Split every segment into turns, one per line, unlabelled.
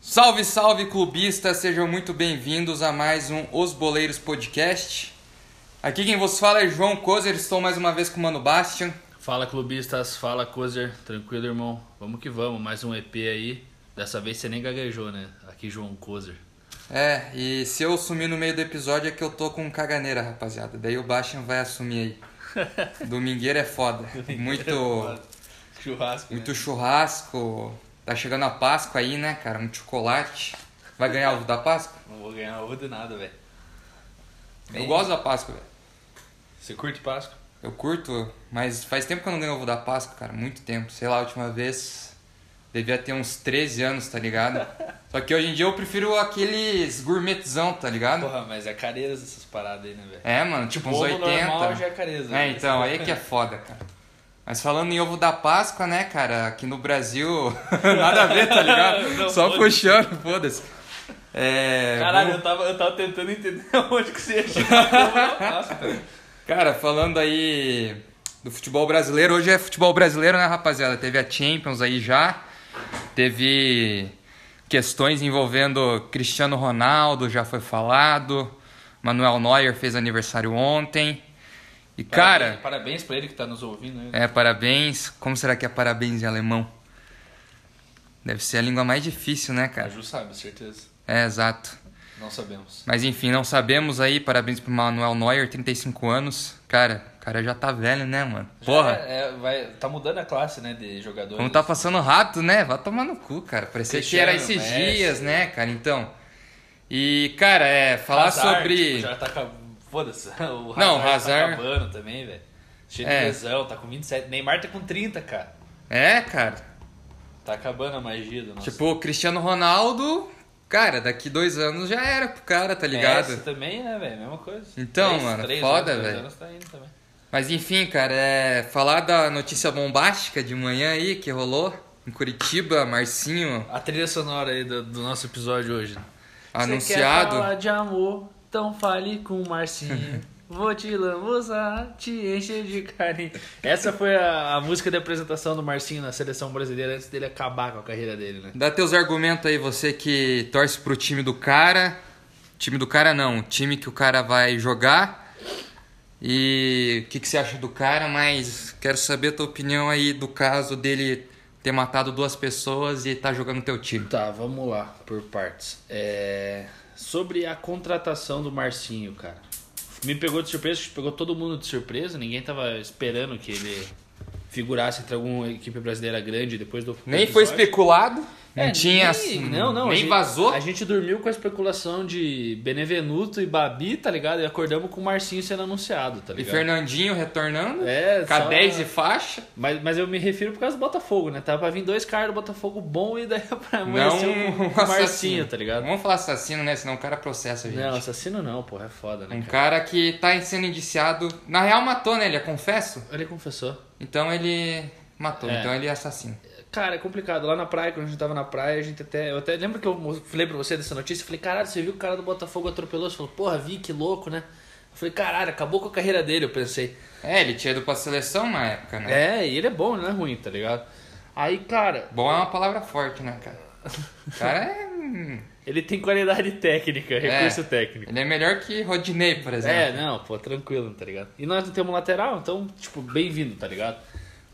Salve, salve clubistas, sejam muito bem-vindos a mais um Os Boleiros Podcast. Aqui quem vos fala é João Kozer, estou mais uma vez com o Mano Bastian.
Fala clubistas, fala Kozer, tranquilo irmão, vamos que vamos, mais um EP aí. Dessa vez você nem gaguejou, né? Aqui João Kozer.
É, e se eu sumir no meio do episódio é que eu tô com caganeira, rapaziada. Daí o Bastian vai assumir aí. Domingueira é foda. muito.
Churrasco. né?
Muito churrasco. Tá chegando a Páscoa aí, né, cara? Muito chocolate. Vai ganhar ovo da Páscoa?
Não vou ganhar ovo de nada, velho.
Eu gosto da Páscoa, velho.
Você curte Páscoa?
Eu curto, mas faz tempo que eu não ganho ovo da Páscoa, cara. Muito tempo. Sei lá, a última vez devia ter uns 13 anos, tá ligado? Só que hoje em dia eu prefiro aqueles gourmetzão, tá ligado?
Porra, mas é careza essas paradas aí, né, velho?
É, mano, tipo uns
Ovo
80.
normal já é careza,
É,
né?
então, aí que é foda, cara. Mas falando em ovo da Páscoa, né, cara, aqui no Brasil, nada a ver, tá ligado?
Não,
Só
foda-se.
puxando, foda-se. É,
Caralho,
vamos-
eu tava, eu tava tentando entender onde que você ia chegar. Como eu faço, velho?
Cara, falando aí do futebol brasileiro, hoje é futebol brasileiro, né, rapaziada? Teve a Champions aí já, teve questões envolvendo Cristiano Ronaldo, já foi falado, Manuel Neuer fez aniversário ontem. E, cara,
Parabéns, parabéns pra ele que tá nos ouvindo aí.
é parabéns. Como será que é parabéns em alemão? Deve ser a língua mais difícil, né,
A
cara?
Ju sabe, certeza.
É, exato.
Não sabemos.
Mas enfim, não sabemos aí. Parabéns pro Manuel Neuer, 35 anos. Cara, o cara já tá velho, né, mano? Porra.
Já é- é, vai, tá mudando a classe, né, de jogadores.
Como tá passando rápido, né? Vai tomar no cu, cara. Parecia que era esses
Cristiano, Messi.
dias, né, cara? Então. E, cara, é. Falar
Hazard,
sobre.
tipo, já tá acabando. Foda-se. O Hazard,
Não,
tá
Hazard-
acabando também, velho. Cheio
É.
de lesão, tá com 27. Neymar tá com 30, cara.
É, cara.
Tá acabando a magia do nosso.
Tipo, o Cristiano Ronaldo. Cara, daqui dois anos já era pro cara, tá ligado?
Messi também, né, velho? Mesma coisa.
Então, mano, foda,
anos, dois
velho.
anos tá indo também.
Mas enfim, cara, é. Falar da notícia bombástica de manhã aí que rolou em Curitiba, Marcinho,
A trilha sonora aí do, do nosso episódio hoje. né? Você quer
anunciado.
falar de amor, então fale com o Marcinho. Vou te lambuzar, te encher de carinho. Essa foi a, a música de apresentação do Marcinho na seleção brasileira antes dele acabar com a carreira dele, né?
Dá teus argumentos aí, você que torce pro time do cara. Time do cara não, time que o cara vai jogar. E o que, que você acha do cara, mas quero saber a tua opinião aí do caso dele ter matado duas pessoas e tá jogando teu time.
Tá, vamos lá, por partes. É, Sobre a contratação do Marcinho, cara. Me pegou de surpresa, pegou todo mundo de surpresa, ninguém tava esperando que ele figurasse entre alguma equipe brasileira grande depois do.
Nem foi
episódio.
especulado, não
É,
tinha. assim,
nem, não, não, a
nem
gente-
vazou.
A gente dormiu com a especulação de Benevenuto e Babi, tá ligado? E acordamos com o Marcinho sendo anunciado, tá
E
ligado?
Fernandinho retornando.
É, só-
K10 de faixa.
Mas, mas eu me refiro por causa do Botafogo, né? Tava pra vir dois caras do Botafogo bom e daí pra
Não
amanhecer
um
o Marcinho,
assassino,
tá ligado?
Vamos falar assassino, né? Senão o cara processa a gente.
Não, assassino não, porra, é foda, né?
Um
cara?
cara que tá sendo indiciado. Na real, matou, né? Ele é confesso.
Ele confessou.
Então ele matou.
É.
Então ele é assassino.
Cara, é complicado. Lá na praia, quando a gente tava na praia, a gente até. Eu até lembro que eu mo- falei pra você dessa notícia. Eu falei, caralho, você viu que o cara do Botafogo atropelou? Você falou, porra, vi, que louco, né? Eu falei, caralho, acabou com a carreira dele, eu pensei.
É, ele tinha ido pra seleção na época, né?
É, e ele é bom, não é ruim, tá ligado? Aí, cara,
Bom é uma palavra forte, né, cara? O cara é. hum,
ele tem qualidade técnica, recurso
É.
técnico.
Ele é melhor que Rodinei, por
É,
exemplo.
não, pô, tranquilo, tá ligado? E nós não temos lateral, então, tipo, bem-vindo, tá ligado?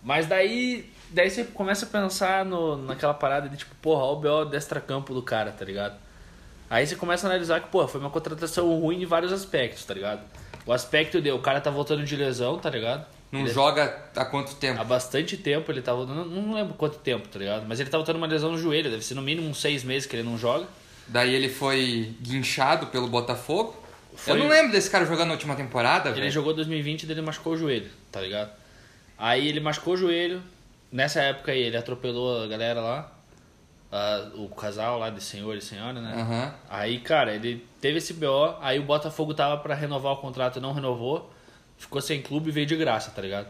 Mas daí. Daí você começa a pensar no, naquela parada de tipo, porra, olha o BO destro-campo do cara, tá ligado? Aí você começa a analisar que, porra, foi uma contratação ruim em vários aspectos, tá ligado? O aspecto de o cara tá voltando de lesão, tá ligado?
Não joga há quanto tempo?
Há bastante tempo ele tava. Não, não lembro quanto tempo, tá ligado? Mas ele tava tendo uma lesão no joelho, deve ser no mínimo uns seis meses que ele não joga.
Daí ele foi guinchado pelo Botafogo.
Foi-
Eu não lembro desse cara jogando na última temporada,
Ele
velho.
jogou 2020 e ele machucou o joelho, tá ligado? Aí ele machucou o joelho. Nessa época aí ele atropelou a galera lá. ah, o casal lá de senhor e senhora, né?
Aham.
Aí, cara, ele teve esse BO, aí o Botafogo tava pra renovar o contrato e não renovou. Ficou sem clube e veio de graça, tá ligado?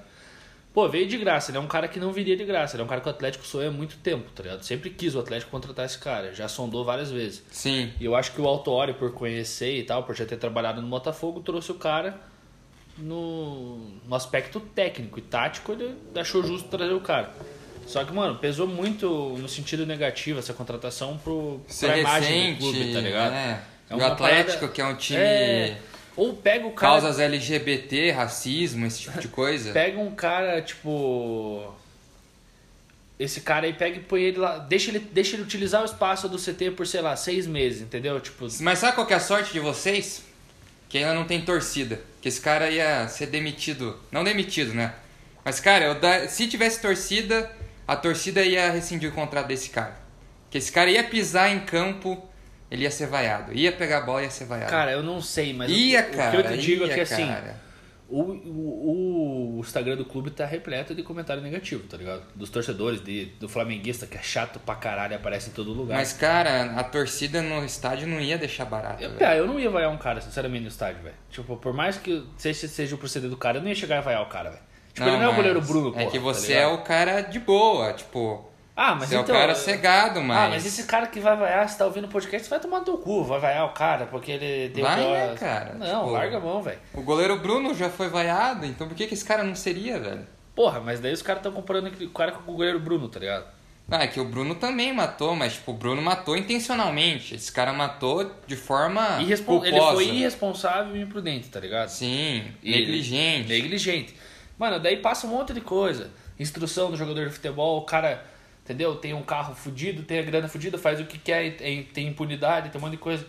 Pô, veio de graça, ele é um cara que não viria de graça, ele é um cara que o Atlético sonha há muito tempo, tá ligado? Sempre quis o Atlético contratar esse cara, já sondou várias vezes.
Sim.
E eu acho que o Alto Autori, por conhecer e tal, por já ter trabalhado no Botafogo, trouxe o cara no, no aspecto técnico e tático, ele achou justo trazer o cara. Só que, mano, pesou muito no sentido negativo essa contratação pro,
Ser
pra imagem
recente,
do clube, tá ligado?
né?
É
o
uma
Atlético,
parada-
que é um time...
É, Ou pega o cara.
Causas LGBT, racismo, esse tipo de coisa.
Pega um cara, tipo. Esse cara aí pega e põe ele lá. Deixa ele, deixa ele utilizar o espaço do CT por, sei lá, seis meses, entendeu? Tipo.
Mas sabe qual que é a sorte de vocês? Que ainda não tem torcida. Que esse cara ia ser demitido. Não demitido, né? Mas, cara, eu da- se tivesse torcida, a torcida ia rescindir o contrato desse cara. Que esse cara ia pisar em campo, ele ia ser vaiado. Ia pegar a bola, ia ser vaiado.
Cara, eu não sei, mas o-
ia,
o,
cara.
que eu te digo
ia,
é que assim,
cara.
o, o, o Instagram do clube tá repleto de comentário negativo, tá ligado? Dos torcedores, de, do flamenguista, que é chato pra caralho, aparece em todo lugar.
Mas, cara, a torcida no estádio não ia deixar barato.
Eu,
velho.
cara, eu não ia vaiar um cara, sinceramente, no estádio, velho. Tipo, por mais que seja, seja o proceder do cara, eu não ia chegar e vaiar o cara, velho. Tipo, ele não é o
mas
goleiro Bruno,
É
porra,
que
tá
você é
ligado?
o cara de boa, tipo.
Ah, mas
você
então...
é o cara cegado, mas.
Ah, mas esse cara que vai vaiar, se tá ouvindo o podcast, você vai tomar no teu cu, vai vaiar o cara, porque ele deu
Vai,
dó-
né, cara?
Não,
Tipo-
larga a mão, velho.
O goleiro Bruno já foi vaiado, então por que, que esse cara não seria, velho?
Porra, mas daí os caras estão comparando aquele- o cara com o goleiro Bruno, tá ligado?
Ah, é que o Bruno também matou, mas tipo, o Bruno matou intencionalmente. Esse cara matou de forma
Irrespon-
Ah, culposa.
Ele foi irresponsável e imprudente, tá ligado?
Sim,
E-
negligente.
Negligente. Mano, daí passa um monte de coisa. Instrução do jogador de futebol, o cara, entendeu? Tem um carro fudido, tem a grana fudida, faz o que quer, e tem, tem impunidade, tem um monte de coisa.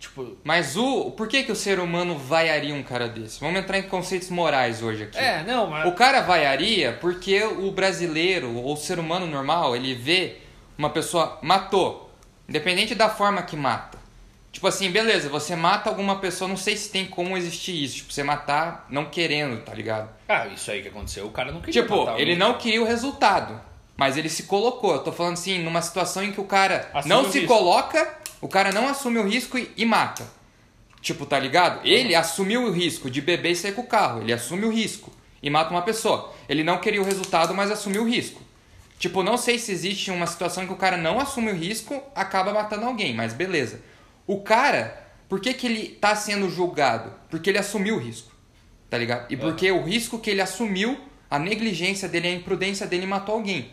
Tipo.
Mas o. Por que, que o ser humano vaiaria um cara desse? Vamos entrar em conceitos morais hoje aqui.
É, não, mas.
O cara vaiaria porque o brasileiro ou o ser humano normal, ele vê uma pessoa matou, independente da forma que mata. Tipo assim, beleza, você mata alguma pessoa, não sei se tem como existir isso, tipo, você matar não querendo, tá ligado?
Ah, isso aí que aconteceu, o cara não queria.
Tipo, ele
matar alguém.
não queria o resultado, mas ele se colocou. Eu tô falando assim, numa situação em que o cara
Assume
não
o
se
risco.
coloca, o cara não assume o risco e, e mata. Tipo, tá
Uhum.
ligado? Ele assumiu o risco de beber e sair com o carro. Ele assume o risco e mata uma pessoa. Ele não queria o resultado, mas assumiu o risco. Tipo, não sei se existe uma situação em que o cara não assume o risco, acaba matando alguém, mas beleza. O cara, por que, que ele tá sendo julgado? Porque ele assumiu o risco, tá ligado?
É.
E porque o risco que ele assumiu, a negligência dele, a imprudência dele matou alguém.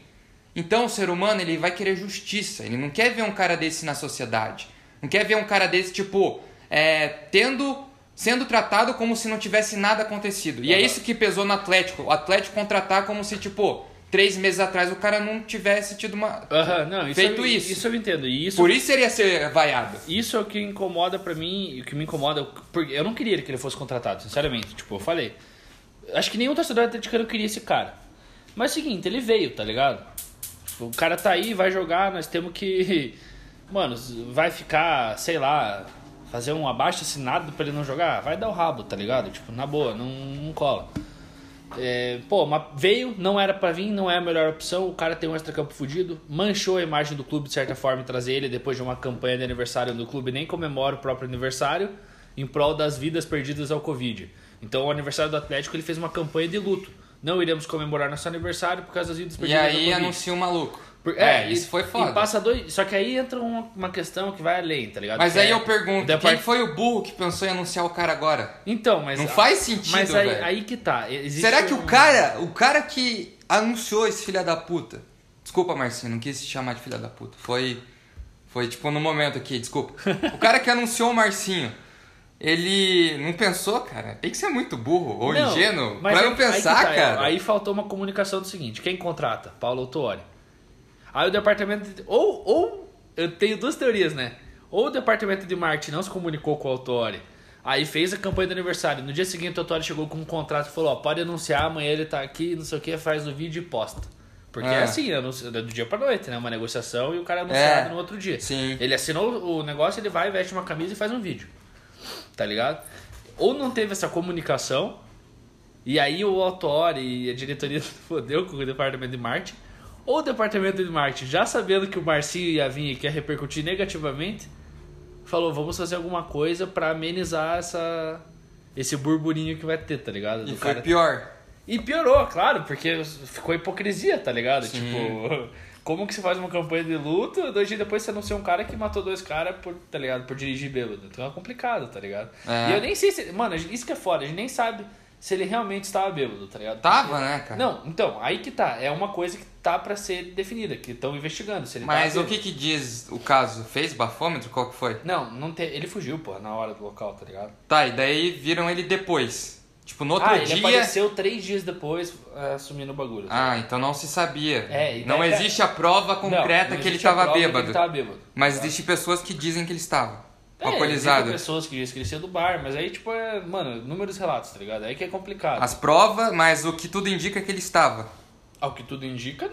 Então o ser humano, ele vai querer justiça, ele não quer ver um cara desse na sociedade. Não quer ver um cara desse, tipo, é, tendo sendo tratado como se não tivesse nada acontecido. E é
Aham.
isso que pesou no Atlético. O Atlético contratar como se, tipo, três meses atrás o cara não tivesse tido uma.
Aham, não, isso
Feito
eu,
isso.
Isso eu entendo. E isso
Por isso seria ser vaiado.
Isso é o que incomoda pra mim, e o que me incomoda, porque eu não queria que ele fosse contratado, sinceramente, tipo, eu falei. Acho que nenhum torcedor atleticano queria esse cara. Mas é o seguinte, ele veio, tá ligado? Tipo, O cara tá aí, vai jogar, nós temos que. Mano, vai ficar, sei lá, fazer um abaixo assinado pra ele não jogar? Vai dar o rabo, tá ligado? Tipo, na boa, não, não cola. É, pô, mas veio, não era pra vir, não é a melhor opção. O cara tem um extracampo fudido, manchou a imagem do clube de certa forma em trazer ele depois de uma campanha de aniversário do clube, nem comemora o próprio aniversário em prol das vidas perdidas ao Covid. Então, o aniversário do Atlético, ele fez uma campanha de luto. Não iremos comemorar nosso aniversário por causa das vidas
E
perdidas ao
aí
Covid.
anuncia o maluco.
é Por-
é,
e-
isso foi
E
foda.
passa dois, só que aí entra uma, uma questão que vai além, tá ligado?
Mas
Que
aí
é-
eu pergunto,
da
quem
parte-
foi o burro que pensou em anunciar o cara agora?
Então, mas
Não faz sentido,
Mas aí,
velho.
aí que tá. existe
Será que
um-
o cara, o cara que anunciou esse filho da puta? Desculpa, Marcinho, não quis te chamar de filha da puta. Foi foi tipo no momento aqui, desculpa. O cara que anunciou o Marcinho, ele não pensou, cara. Tem que ser muito burro ou
Não,
ingênuo
mas
pra
aí-
não pensar,
aí que tá,
cara.
Aí faltou uma comunicação do seguinte: quem contrata? Paulo Autuori. Aí o departamento. de- Ou, ou. Eu tenho duas teorias, né? Ou o departamento de marketing não se comunicou com o Autuori. Aí fez a campanha do aniversário. No dia seguinte, o Autuori chegou com um contrato e falou: ó, pode anunciar, amanhã ele tá aqui, não sei o que, faz o vídeo e posta. Porque é,
É.
assim, anuncia- do dia pra noite, né? Uma negociação e o cara
É.
é anunciado no outro dia.
Sim.
Ele assinou o negócio, ele vai, veste uma camisa e faz um vídeo. Tá ligado? Ou não teve essa comunicação, e aí o autor e a diretoria fodeu com o departamento de marketing. Ou o departamento de marketing, já sabendo que o Marcinho ia vir e que ia repercutir negativamente, falou, vamos fazer alguma coisa pra amenizar essa... Esse burburinho que vai ter, tá ligado?
E
Do
foi
cara-
pior.
e piorou, claro, porque ficou hipocrisia, tá ligado?
Sim.
Tipo, como que você faz uma campanha de luto, dois dias depois você anuncia um cara que matou dois caras por, tá ligado? Por dirigir bêbado. Então é complicado, tá ligado?
É.
E eu nem sei se. Mano, isso que é foda, a gente nem sabe se ele realmente estava bêbado, tá ligado?
Tava, né, cara?
Não, então, aí que tá. É uma coisa que tá pra ser definida, que estão investigando. Se ele tava
Mas o
bêbado.
que que diz o caso? Fez bafômetro? Qual que foi?
Não, não te... ele fugiu, porra, na hora do local, tá ligado?
Tá, e daí viram ele depois. Tipo, no outro
ah,
dia.
ele apareceu três dias depois eh, assumindo o bagulho. tá
Ah, então não se sabia.
É, e daí,
não
cara-
existe a prova
ligado?
concreta
Não, não
que ele
existe a
estava
prova que
bêbado.
Ele tava bêbado. tá
Mas existem pessoas que dizem que ele estava.
É,
alcoolizado.
existem pessoas que dizem que ele saiu do bar, mas aí, tipo, é, mano, números relatos, tá ligado? Aí que é complicado.
As provas, mas o que tudo indica é que ele estava.
Ao que tudo indica.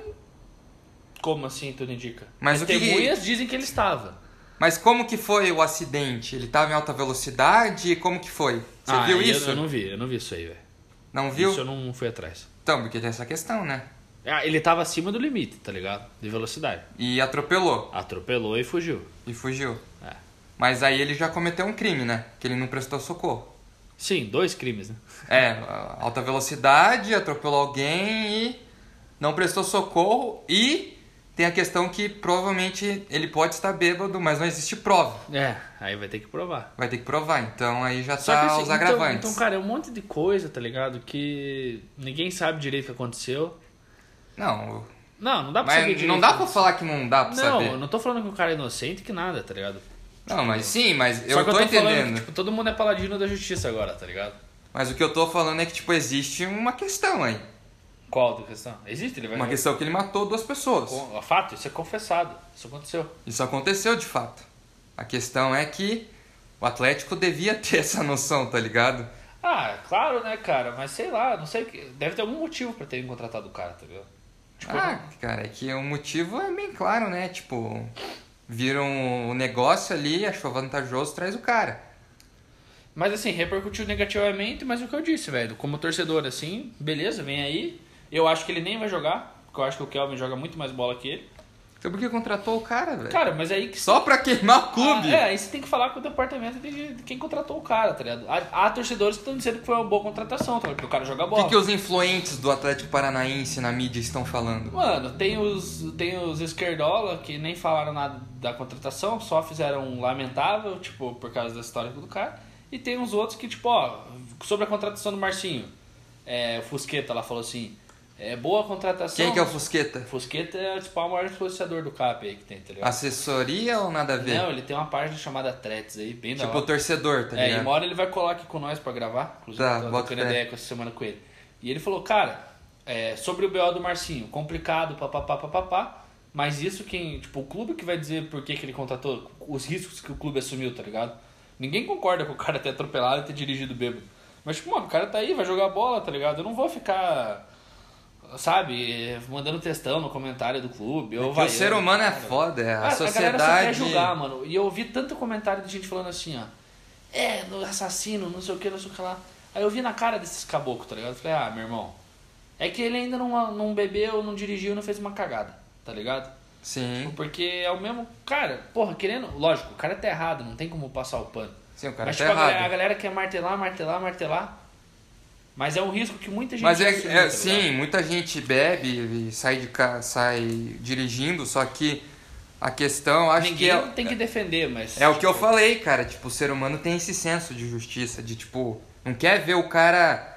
Como assim tudo indica?
Mas o que-
Testemunhas dizem que ele estava.
Mas como que foi o acidente? Ele estava em alta velocidade? Como que foi? Você
Ah,
viu
eu-
isso?
Eu, não vi, eu não vi isso aí, velho.
Não viu?
Isso eu não fui atrás.
Então, porque tem essa questão, né?
Ah, ele tava acima do limite, tá ligado? De velocidade.
E atropelou
Atropelou e fugiu.
e fugiu.
É.
Mas aí ele já cometeu um crime, né? Que ele não prestou socorro.
Sim, dois crimes, né?
É, a- alta velocidade, atropelou alguém e não prestou socorro. E tem a questão que provavelmente ele pode estar bêbado, mas não existe prova.
É, aí vai ter que provar.
Vai ter que provar. Então aí já
Só
tá
que assim,
os
então-
agravantes.
Então, cara, é um monte de coisa, tá ligado? Que ninguém sabe direito o que aconteceu.
Não,
Não, não dá pra saber
mas
direito.
não dá pra falar que não dá pra
Não,
saber.
eu não tô falando que o cara é inocente, que nada, tá ligado?
Não, mas sim, mas eu
Só que
tô,
eu tô falando
entendendo.
que, tipo, todo mundo é paladino da justiça agora, tá ligado?
Mas o que eu tô falando é que, tipo, existe uma questão aí.
Qual da questão? Existe, ele vai...
Uma questão que ele matou duas pessoas.
Com- Fato, isso é confessado. Isso aconteceu.
Isso aconteceu de fato. A questão é que o Atlético devia ter essa noção, tá ligado?
Ah, claro, né, cara? Mas sei lá, não sei o que... Deve ter algum motivo pra terem contratado o cara, tá ligado?
Ah, cara, é que o motivo é bem claro, né? Tipo, viram o negócio ali, achou vantajoso, traz o cara.
Mas assim, repercutiu negativamente, mas é o que eu disse, velho, como torcedor, assim, beleza, vem aí. Eu acho que ele nem vai jogar, porque eu acho que o Kelvin joga muito mais bola que ele.
Então por que contratou o cara, velho?
Cara, mas aí que.
Só pra queimar o clube.
Ah, é, aí você tem que falar com o departamento de, de quem contratou o cara, tá ligado? Há, há torcedores que estão dizendo que foi uma boa contratação, tá ligado? Porque o cara joga
O
bola.
que, que os influentes do Atlético Paranaense na mídia estão falando?
Mano, tem os, tem os esquerdola que nem falaram nada da contratação, só fizeram um lamentável, tipo, por causa da história do cara. E tem uns outros que, tipo, ó, sobre a contratação do Marcinho, é, o Fusqueta lá falou assim, é boa contratação.
Quem que é o Fusqueta?
Fusqueta é tipo, o maior influenciador do CAP aí que tem, tá
Ah,
ligado?
Assessoria ou nada a ver?
Não, ele tem uma página chamada Threads aí, bem da
tipo,
hora.
torcedor, tá
É, e
ligado?
uma hora ele vai colar aqui com nós pra gravar. Inclusive,
Tá,
eu tô
bota
trocando
fé.
ideia com essa semana com ele. E ele falou, cara, é, sobre o BO do Marcinho, complicado, papapá, papapá. Mas isso quem. Tipo, o clube que vai dizer por que, que ele contratou, os riscos que o clube assumiu, tá ligado? Ninguém concorda com o cara ter atropelado e ter dirigido bêbado. Mas, tipo, mano, o cara tá aí, vai jogar bola, tá ligado? Eu não vou ficar. Sabe, eh, mandando textão no comentário do clube. ou
Porque o ser
vaiando,
humano é
cara.
foda, é a,
Ah,
sociedade.
A galera só quer julgar, mano. E eu ouvi tanto comentário de gente falando assim, ó. É, no assassino, não sei o que, não sei o que lá. Aí eu vi na cara desses caboclos, tá ligado? Eu falei, ah, meu irmão. É que ele ainda não, não bebeu, não dirigiu, não fez uma cagada, tá ligado?
Sim.
Porque é o mesmo. Cara, porra, querendo. Lógico, o cara tá errado, não tem como passar o pano.
Sim, o cara
Mas,
tá
tipo, a galera, a
errado.
galera quer martelar, martelar, martelar. Mas é um risco que muita gente
Mas é,
assume,
é-
tá ligado?
sim, muita gente bebe e sai de ca... sai dirigindo, só que a questão, acho
Ninguém
que é,
tem que defender, mas.
é o que eu falei, cara. Tipo, o ser humano tem esse senso de justiça, de tipo, não quer ver o cara.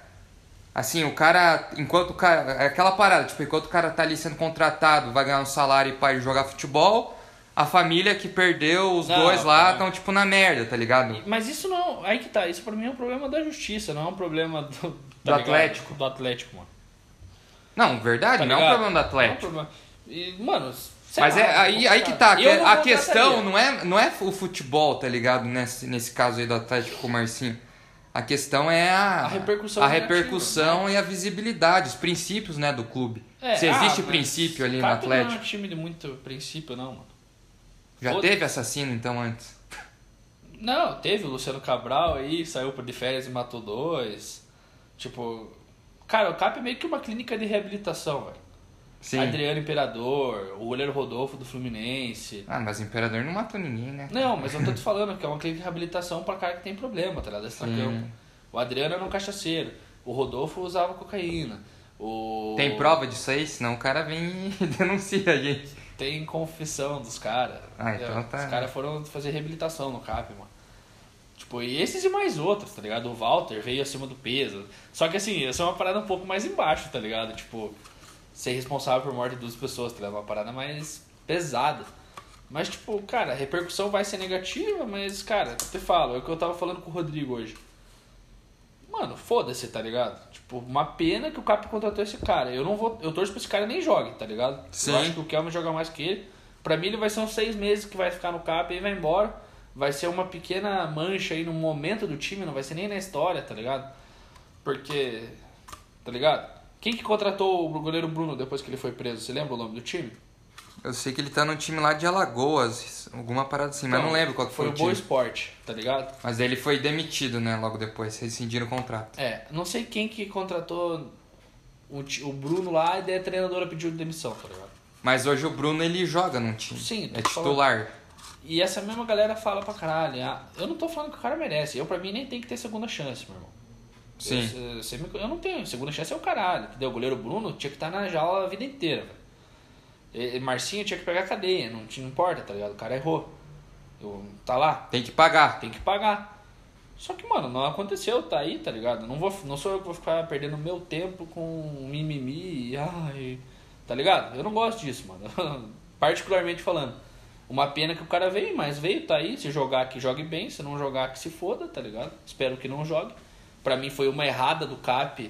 Assim, o cara, enquanto o cara. é Aquela parada, tipo, enquanto o cara tá ali sendo contratado, vai ganhar um salário para jogar futebol, a família que perdeu os
Não,
dois lá
não.
estão, tipo, na merda, tá ligado?
Mas isso não. Aí que tá. Isso pra mim é um problema da justiça, não é um problema do.
Do Atlético.
Do Atlético, mano.
Não, verdade,
Tá
não é um
ligado?
problema do
Não é um
Atlético.
problema. E, mano, sei
Mas
lá, né,
é aí, aí que tá,
complicado. Eu não
a
vou
questão
atrás
não é, não é o futebol, tá ligado? Nesse, nesse caso aí do Atlético com o Marcinho. A questão é a,
A repercussão
a
negativa,
repercussão e a visibilidade, os princípios né, do clube.
dele. É,
Se existe
ah, mas
princípio ali no
Cap
Atlético.
Não é um time de muito princípio, não, mano.
Já
Foda-se.
teve assassino então antes?
Não, teve o Luciano Cabral aí, saiu de férias e matou dois. Tipo. Cara, o CAP é meio que uma clínica de reabilitação, velho.
Sim.
Adriano Imperador, o goleiro Rodolfo do Fluminense.
Ah, mas o Imperador não matou ninguém, né?
Não, mas eu tô te falando que é uma clínica de reabilitação pra cara que tem problema, tá ligado? Extra campo. O Adriano era um cachaceiro. O Rodolfo usava cocaína. O...
Tem prova disso aí? Senão o cara vem e denuncia a gente.
Tem confissão dos caras.
Ah,
entendeu?
então tá.
Os caras foram fazer reabilitação no CAP, mano. Tipo, e esses e mais outros, tá ligado? O Walter veio acima do peso. Só que assim, essa é uma parada um pouco mais embaixo, tá ligado? Tipo, ser responsável por morte de duas pessoas, tá ligado? Uma parada mais pesada. Mas, tipo, cara, a repercussão vai ser negativa, mas, cara, eu te falo, é o que eu tava falando com o Rodrigo hoje. Mano, foda-se, tá ligado? Tipo, uma pena que o Cap contratou esse cara. Eu não vou. Eu torço pra esse cara nem jogue, tá ligado?
Sim.
Eu acho que o Kelvin joga mais que ele. Pra mim, ele vai ser uns seis meses que vai ficar no Cap e vai embora. Vai ser uma pequena mancha aí no momento do time, não vai ser nem na história, tá ligado? Porque. Tá ligado? Quem que contratou o goleiro Bruno depois que ele foi preso? Você lembra o nome do time?
Eu sei que ele tá num time lá de Alagoas, alguma parada assim, mas eu não lembro qual que foi,
Então, Foi um
o
o
time.
Boa Esporte, tá ligado?
Mas ele foi demitido, né, logo depois, rescindiram o contrato.
É, não sei quem que contratou o, ti- o Bruno lá e daí a treinadora pediu demissão, tá ligado?
Mas hoje o Bruno, ele joga num time.
Sim,
É
tô falando.
titular.
E essa mesma galera fala pra caralho. Ah, eu não tô falando que o cara merece. Eu, pra mim, nem tem que ter segunda chance, meu irmão.
Sim.
Eu, eu- você me- eu não tenho. Segunda chance é o caralho. Entendeu? O goleiro Bruno tinha que estar na jaula a vida inteira, velho. E- e Marcinho tinha que pegar cadeia. Não, tinha- não importa, tá ligado? O cara errou. Eu, tá lá.
Tem que pagar.
tem que pagar. Só que, mano, não aconteceu, tá aí, tá ligado? Não, vou, não sou eu que vou ficar perdendo meu tempo com um mimimi e ai. Tá ligado? Eu não gosto disso, mano. Particularmente falando. Uma pena que o cara veio, mas veio, tá aí. Se jogar que jogue bem, se não jogar que se foda, tá ligado? Espero que não jogue. Pra mim foi uma errada do Cap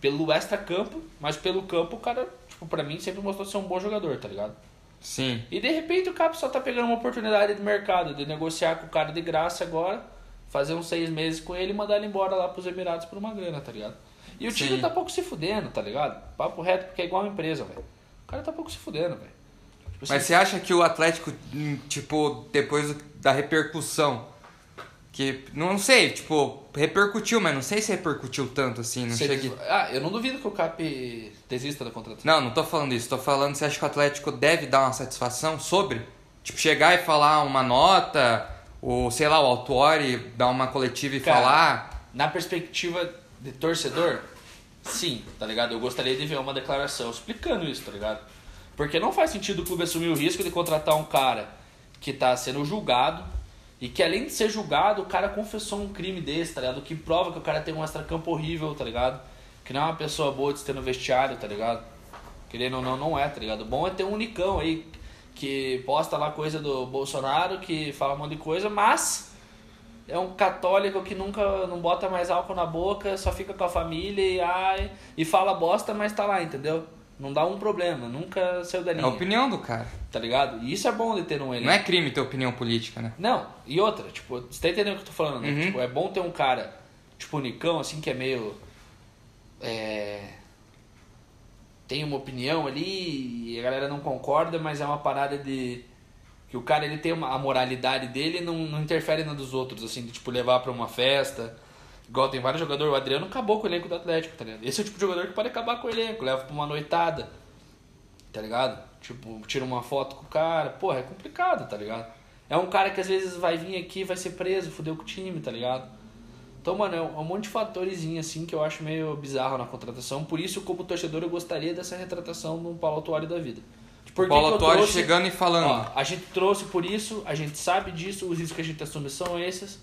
pelo extra-campo, mas pelo campo o cara, tipo, pra mim sempre mostrou ser um bom jogador, tá ligado?
Sim.
E de repente o Cap só tá pegando uma oportunidade de mercado, de negociar com o cara de graça agora, fazer uns seis meses com ele e mandar ele embora lá pros Emirados por uma grana, tá ligado? E o time
Sim.
tá pouco se fudendo, tá ligado? Papo reto, porque é igual uma empresa, velho. O cara tá pouco se fudendo, velho. Tipo
Mas
assim,
você acha que o Atlético, hum, tipo, depois do- da repercussão, que, não sei, tipo, repercutiu, mas não sei se repercutiu tanto assim, não
se
cheguei...
eles- Ah, eu não duvido que o Cap desista da contratação.
Não, não tô falando isso, tô falando se acha que o Atlético deve dar uma satisfação sobre, tipo, chegar e falar uma nota, ou sei lá, o Autori dar uma coletiva e
Cara,
falar.
Na perspectiva de torcedor, sim, tá ligado? Eu gostaria de ver uma declaração explicando isso, tá ligado? Porque não faz sentido o clube assumir o risco de contratar um cara que tá sendo julgado e que além de ser julgado, o cara confessou um crime desse, tá ligado? O que prova que o cara tem um extracampo horrível, tá ligado? Que não é uma pessoa boa de se ter no vestiário, tá ligado? Querendo ou não, não é, tá ligado? Bom é ter um unicão aí que posta lá coisa do Bolsonaro, que fala um monte de coisa, mas é um católico que nunca não bota mais álcool na boca, só fica com a família e ai, e fala bosta, mas tá lá, entendeu? Não dá um problema, nunca saiu da
É
linha.
a opinião do cara.
Tá ligado? E isso é bom de ter um elenco.
Não é crime ter opinião política, né?
Não, e outra, tipo, você tá entendendo o que eu tô falando, né?
Uhum.
Tipo, é bom ter um cara, tipo, o Nicão, assim, que é meio. É. Tem uma opinião ali e a galera não concorda, mas é uma parada de. Que o cara ele tem uma, a moralidade dele e não, não interfere na dos outros, assim, de tipo levar pra uma festa. Igual tem vários jogadores, o Adriano acabou com o elenco do Atlético, tá ligado? Esse é o tipo de jogador que pode acabar com o elenco, leva pra uma noitada, tá ligado? Tipo, tira uma foto com o cara, porra, é complicado, tá ligado? É um cara que às vezes vai vir aqui, vai ser preso, fudeu com o time, tá ligado? Então, mano, é um é um monte de fatorzinho assim que eu acho meio bizarro na contratação. Por isso, como torcedor, eu gostaria dessa retratação no Paulo Autuário da vida. De por que
Paulo
que eu
Autori
trouxe-
chegando e falando.
Ó, a gente trouxe por isso, a gente sabe disso, os riscos que a gente assume são esses.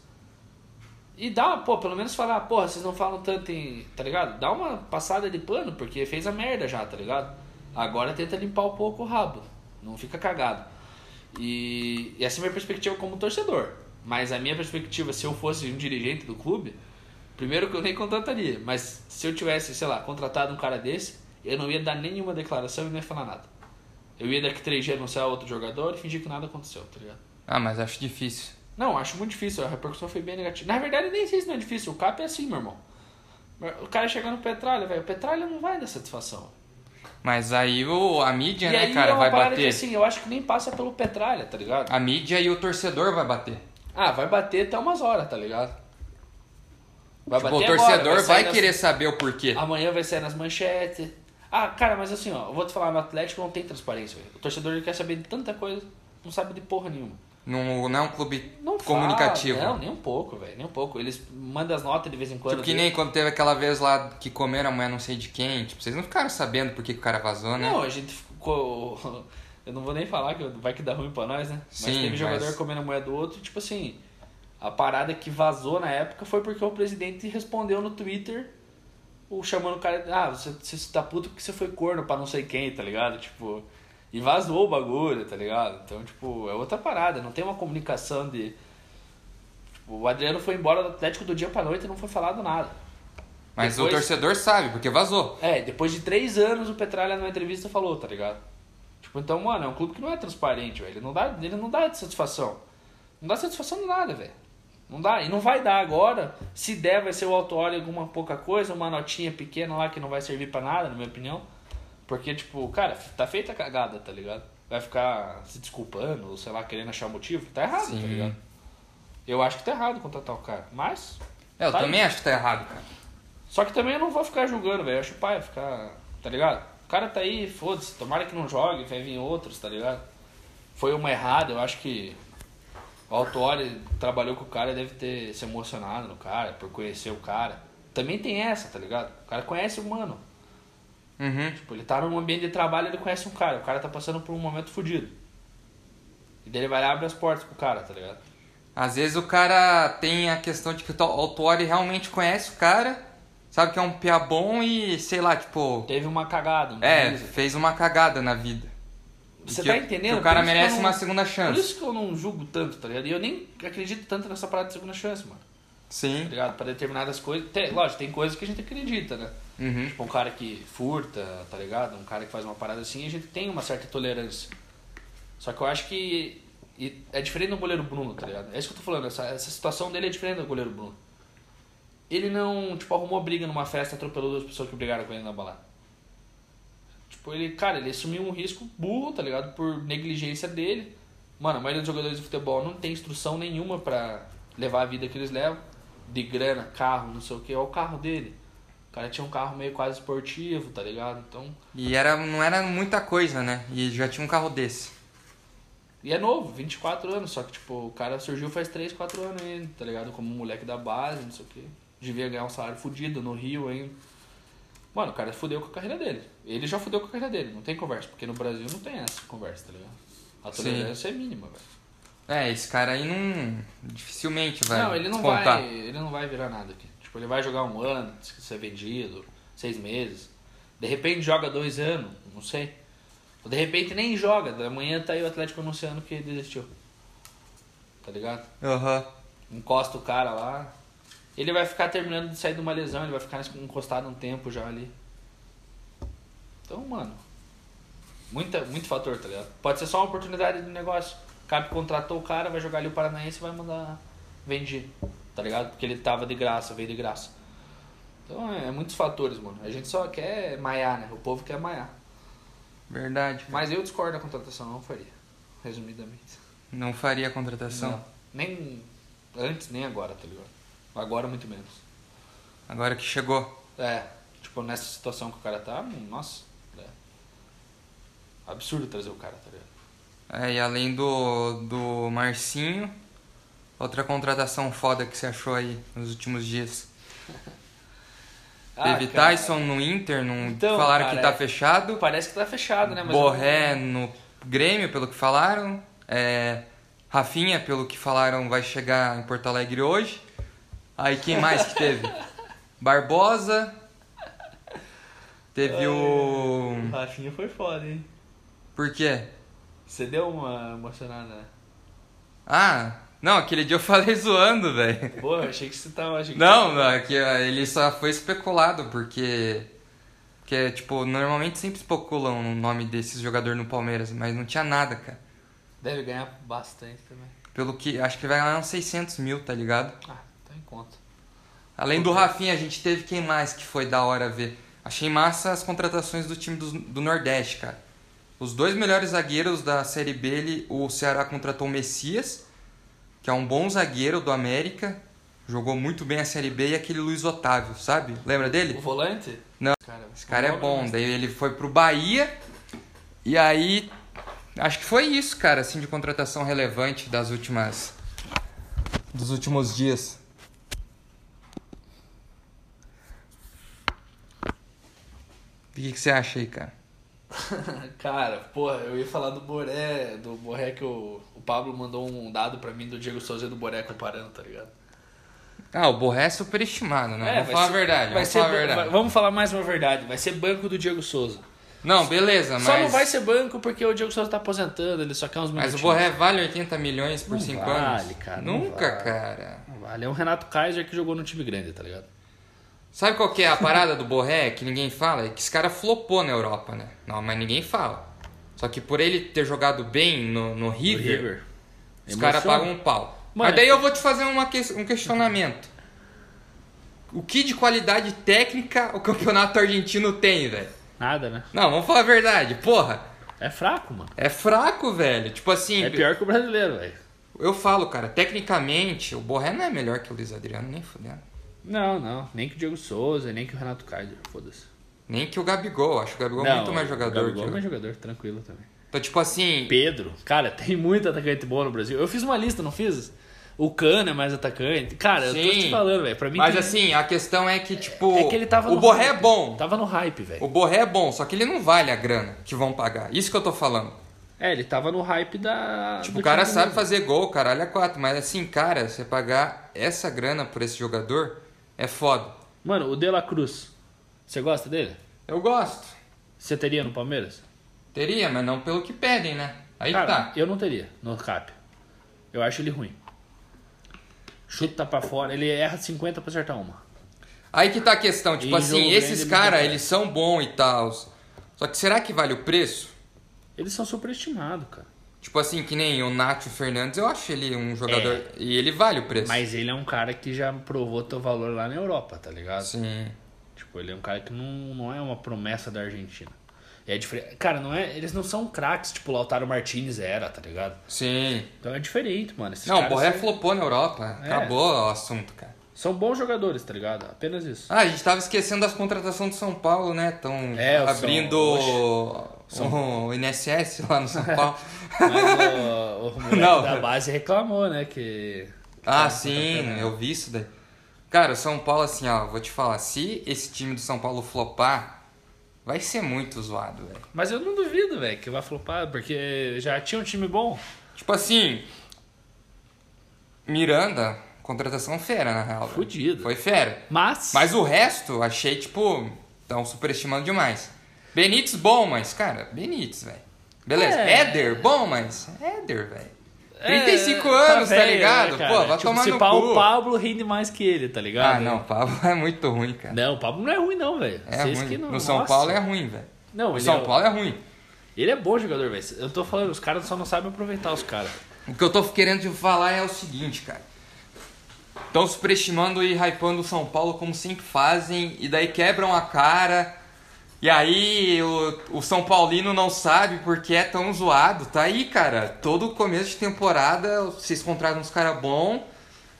E dá, pô, pelo menos falar, "Ah, porra, vocês não falam tanto em. tá ligado? Dá uma passada de pano, porque fez a merda já, tá ligado? Agora tenta limpar um pouco o rabo. Não fica cagado. E, e essa é a minha perspectiva como torcedor. Mas a minha perspectiva, se eu fosse um dirigente do clube, primeiro que eu nem contrataria. Mas se eu tivesse, sei lá, contratado um cara desse, eu não ia dar nenhuma declaração e não ia falar nada. Eu ia daqui três dias anunciar outro jogador e fingir que nada aconteceu, tá ligado?
Ah, mas acho difícil.
Não, acho muito difícil. A repercussão foi bem negativa. Na verdade, nem sei se não é difícil. O Cap é assim, meu irmão. O cara chega no Petralha, velho. O Petralha não vai dar satisfação.
Mas aí o, a mídia, né,
aí
cara,
é uma
vai
parada
bater.
que assim, eu acho que nem passa pelo Petralha, tá ligado?
A mídia e o torcedor vai bater.
Ah, vai bater até umas horas, tá ligado? Vai
tipo, o
agora,
torcedor
sair
vai,
nas-
querer saber o porquê.
Amanhã vai sair nas manchetes. Ah, cara, mas assim, ó, eu vou te falar, no Atlético não tem transparência, velho. O torcedor ele quer saber de tanta coisa, não sabe de porra nenhuma.
Não, não é um clube
Não fala,
comunicativo.
não, nem um pouco, velho. Nem um pouco. Eles mandam as notas de vez em quando.
Tipo que nem quando teve aquela vez lá que comeram a mulher não sei de quem. Tipo, vocês não ficaram sabendo por que que o cara vazou, né?
Não, a gente ficou. Eu não vou nem falar que vai que dá ruim pra nós, né? Mas
Sim,
teve jogador
mas-
comendo a moeda do outro, tipo assim. A parada que vazou na época foi porque o presidente respondeu no Twitter o chamando o cara, ah, você, você tá puto porque você foi corno pra não sei quem, tá ligado? Tipo, e vazou o bagulho, tá ligado? Então, tipo, é outra parada, não tem uma comunicação de. Tipo, o Adriano foi embora do Atlético do dia pra noite e não foi falado nada.
Mas
Depois-
o torcedor sabe, porque vazou.
É, depois de três anos o Petralha numa entrevista falou, tá ligado? Tipo, então, mano, é um clube que não é transparente, velho. Ele não dá, ele não dá satisfação. Não dá satisfação de nada, velho. Não dá, e não vai dar agora. Se der, vai ser o auto óleo alguma pouca coisa, uma notinha pequena lá que não vai servir pra nada, na minha opinião. Porque, tipo, cara, tá feita a cagada, tá ligado? Vai ficar se desculpando, ou sei lá, querendo achar motivo. Tá errado, tá
Sim.
ligado? Eu acho que tá errado contratar o cara, mas.
É, eu
tá aí.
também acho que tá errado, cara.
Só que também eu não vou ficar julgando, velho. Eu acho pai ficar. Tá ligado? O cara tá aí, foda-se. Tomara que não jogue, vai vir outros, tá ligado? Foi uma errada, eu acho que. O Autori trabalhou com o cara deve ter se emocionado no cara, por conhecer o cara. Também tem essa, tá ligado? O cara conhece o mano.
Uhum.
Tipo, ele tá num ambiente de trabalho ele conhece um cara. O cara tá passando por um momento fodido. E daí ele vai lá e abre as portas pro cara, tá ligado?
Às vezes o cara tem a questão de que o to- o Autori realmente conhece o cara, sabe que é um piá bom e, sei lá, tipo.
Teve uma cagada, um
É,
deslize.
fez uma cagada na vida.
Você
Que
tá
o-
entendendo?
que o cara
Por isso que
merece
eu não-
uma segunda
Por
chance.
isso que eu não julgo tanto, tá ligado? E eu nem acredito tanto nessa parada de segunda chance, mano. Tá
Sim.
ligado? Pra determinadas coisas. Tem, lógico, tem coisas que a gente acredita, né?
Uhum.
Tipo, um cara que furta, tá ligado? Um cara que faz uma parada assim, a gente tem uma certa tolerância. Só que eu acho que. e é diferente do goleiro Bruno, tá ligado? É isso que eu tô falando, essa, essa situação dele é diferente do goleiro Bruno. Ele não, tipo, arrumou briga numa festa, atropelou duas pessoas que brigaram com ele na balada. Tipo, ele, cara, ele assumiu um risco burro, tá ligado? Por negligência dele. Mano, a maioria dos jogadores de futebol não tem instrução nenhuma pra levar a vida que eles levam. De grana, carro, não sei o que. Olha o carro dele. O cara tinha um carro meio quase esportivo, tá ligado? Então.
E era, não era muita coisa, né? E já tinha um carro desse.
E é novo, 24 anos, só que, tipo, o cara surgiu faz 3, 4 anos ainda, tá ligado? Como um moleque da base, não sei o quê. Devia ganhar um salário fudido no Rio ainda. Mano, o cara fudeu com a carreira dele. Ele já fudeu com a carreira dele, não tem conversa, porque no Brasil não tem essa conversa, tá ligado? A
Sim.
tolerância é mínima, velho.
É, esse cara aí não. dificilmente vai.
Não, ele não
despontar.
vai. Ele não vai virar nada aqui. Tipo, ele vai jogar um ano, diz que ser vendido, seis meses. De repente joga dois anos, não sei. Ou de repente nem joga. Amanhã tá aí o Atlético anunciando que desistiu. Tá ligado?
Aham.
encosta o cara lá. Ele vai ficar terminando de sair de uma lesão, ele vai ficar encostado um tempo já ali. Então, mano, muita, muito fator, tá ligado? Pode ser só uma oportunidade de negócio. O cara que contratou o cara, vai jogar ali o Paranaense e vai mandar vender, tá ligado? Porque ele tava de graça, veio de graça. Então, é, é muitos fatores, mano. A gente só quer maiar, né? O povo quer maiar.
Verdade.
Mas eu discordo da contratação, não faria. Resumidamente.
Não faria a contratação.
Não. Nem antes, nem agora, tá ligado? Agora, muito menos.
Agora que chegou.
É, tipo, nessa situação que o cara tá, hum, nossa, é. Absurdo trazer o cara, tá ligado?
É, e além do, do Marcinho, outra contratação foda que você achou aí nos últimos dias.
Ah,
Teve
cara,
Tyson no Inter, não
Então,
falaram
cara,
que tá
é-
fechado.
Parece que tá fechado, né? Mas
Borré no Grêmio, pelo que falaram. É, Rafinha, pelo que falaram, vai chegar em Porto Alegre hoje. Aí quem mais que teve? Barbosa. Teve o.
O Rafinha foi foda, hein?
Por quê?
Você deu uma emocionada, né?
Ah, não, aquele dia eu falei zoando, velho.
Pô, eu achei que você tava. Achei que
Não,
você...
não, é que ah, ele só foi especulado, porque. Porque, tipo, normalmente sempre especulam o nome desses jogador no Palmeiras, mas não tinha nada, cara.
Deve ganhar bastante também.
Pelo que. Acho que vai ganhar uns 600 mil, tá ligado?
Ah, tá em conta.
Além do Rafinha, a gente teve quem mais que foi da hora ver. Achei massa as contratações do time dos- do, Nordeste, cara. Os dois melhores zagueiros da Série B, ele- o Ceará contratou o Messias, que é um bom zagueiro do América. Jogou muito bem a Série B e aquele Luiz Otávio, sabe? Lembra
O
dele?
volante?
Não.
Cara,
Esse cara é bom. Daí ele foi pro Bahia e aí... Acho que foi isso, cara, assim, de contratação relevante das últimas... Dos últimos dias. O que, que você acha aí, cara?
Cara, porra, eu ia falar do Boré, do Boré que o, o Pablo mandou um dado pra mim do Diego Souza e do Boré comparando, tá ligado?
Ah, o Borré é superestimado, né? vamos
vai
falar
ser-
a verdade,
vai
vamos
ser
falar a
ban-
verdade.
vai- vamos falar mais uma verdade. Vai ser banco do Diego Souza.
Não, beleza, mas...
Só não vai ser banco porque o Diego Souza tá aposentando, ele só quer uns minutinhos.
Mas o Borré vale 80 milhões por
Não
5
vale,
anos?
cara, não
Nunca,
vale.
cara.
Não Vale, é um Renato Kaiser que jogou no time grande, tá ligado?
Sabe qual que é a parada do Borré que ninguém fala? É que esse cara flopou na Europa, né? Não, mas ninguém fala. Só que por ele ter jogado bem no, no
Do
River, os
Emociona.
caras pagam um pau.
Mano,
mas daí
é-
eu vou te fazer uma que- um questionamento. O que de qualidade técnica o campeonato argentino tem, velho?
Nada, né?
Não, vamos falar a verdade, porra.
É fraco, mano.
É fraco, velho. Tipo assim,
É pior que o brasileiro, velho.
eu falo, cara, tecnicamente, o Borré não é melhor que o Luiz Adriano, nem fudendo.
Não, não. Nem que o Diego Souza, nem que o Renato Kaiser, foda-se.
Nem que o Gabigol, acho que o Gabigol é
Não,
muito mais
O
jogador que
Gabigol é
eu.
mais jogador, tranquilo também.
Então, tipo assim,
Pedro, cara, tem muito atacante bom no Brasil. Eu fiz uma lista, não fiz? O Cano é mais atacante. Cara, eu tô
Sim.
te falando, velho. Pra mim,
mas
que-
assim, a questão é que, tipo,
é que ele tava
o
no
Borré é
hype.
bom.
tava no hype, velho.
O Borré é bom, só que ele não vale a grana que vão pagar. Isso que eu tô falando.
É, ele tava no hype da.
Tipo,
É do
o cara
time
sabe
mesmo.
fazer gol, caralho, é quatro. Mas assim, cara, você pagar essa grana por esse jogador é foda.
Mano, o De La Cruz. Você gosta dele?
Eu gosto.
Você teria no Palmeiras?
Teria, mas não pelo que pedem, né? Aí que
Cara,
tá.
eu não teria no cap. Eu acho ele ruim. Chuta pra fora, ele erra 50 pra acertar uma.
Aí que tá a questão. Tipo
Em
assim,
jogo
esses
grande, é
caras,
ele não
eles são bons e tal. Só que será que vale o preço?
Eles são superestimados, cara.
Tipo assim, que nem o Nacho Fernandes, eu acho ele um jogador. E ele vale o preço.
É. Mas ele é um cara que já provou teu valor lá na Europa, tá ligado?
Sim.
Tipo, ele é um cara que não, não é uma promessa da Argentina. E é diferente. Cara, não é, eles não são craques, tipo o Lautaro Martinez era, tá ligado?
Sim.
Então é diferente, mano. Esses
não, o
caras
Borré é
são,
flopou na Europa.
É.
Acabou o assunto, cara.
são bons jogadores, tá ligado? Apenas isso.
Ah, a gente tava esquecendo das contratações do São Paulo, né? Estão
É, o São-
abrindo o- o INSS lá no São Paulo.
Mas o, o moleque
Não.
da base reclamou, né? Que.
ah, sim, eu vi isso daí. Cara, o São Paulo, assim, ó, vou te falar, se esse time do São Paulo flopar, vai ser muito zoado, velho.
Mas eu não duvido, velho, que vai flopar, porque já tinha um time bom.
Tipo assim, Miranda, contratação fera, na real. velho.
Fudido.
Foi fera.
Mas.
Mas o resto, achei, tipo, tão superestimando demais. Benítez, bom, mas, cara, Benítez, velho. Beleza.
É.
Éder, bom, mas. Éder, velho.
é,
35
tá
anos, tá,
velho, né,
ligado?
cara?
Pô, vai
Tipo,
tomar
se
no
pá,
cu.
o Pablo rende mais que ele, tá ligado?
Ah, não, o Pablo é muito ruim, cara.
Não, o Pablo não é ruim, não, velho.
é
Vocês
ruim.
que
no São
Nossa.
Paulo é ruim, velho.
Não,
No
ele
São
é-
Paulo é ruim.
Ele é bom jogador, velho. Eu tô falando, os caras só não sabem aproveitar os caras.
O que eu tô querendo te falar é o seguinte, cara. Estão superestimando e hypando o São Paulo como sempre fazem, e daí quebram a cara. E aí o, o São Paulino não sabe porque é tão zoado. Tá aí, cara. Todo começo de temporada vocês contratam uns caras bons.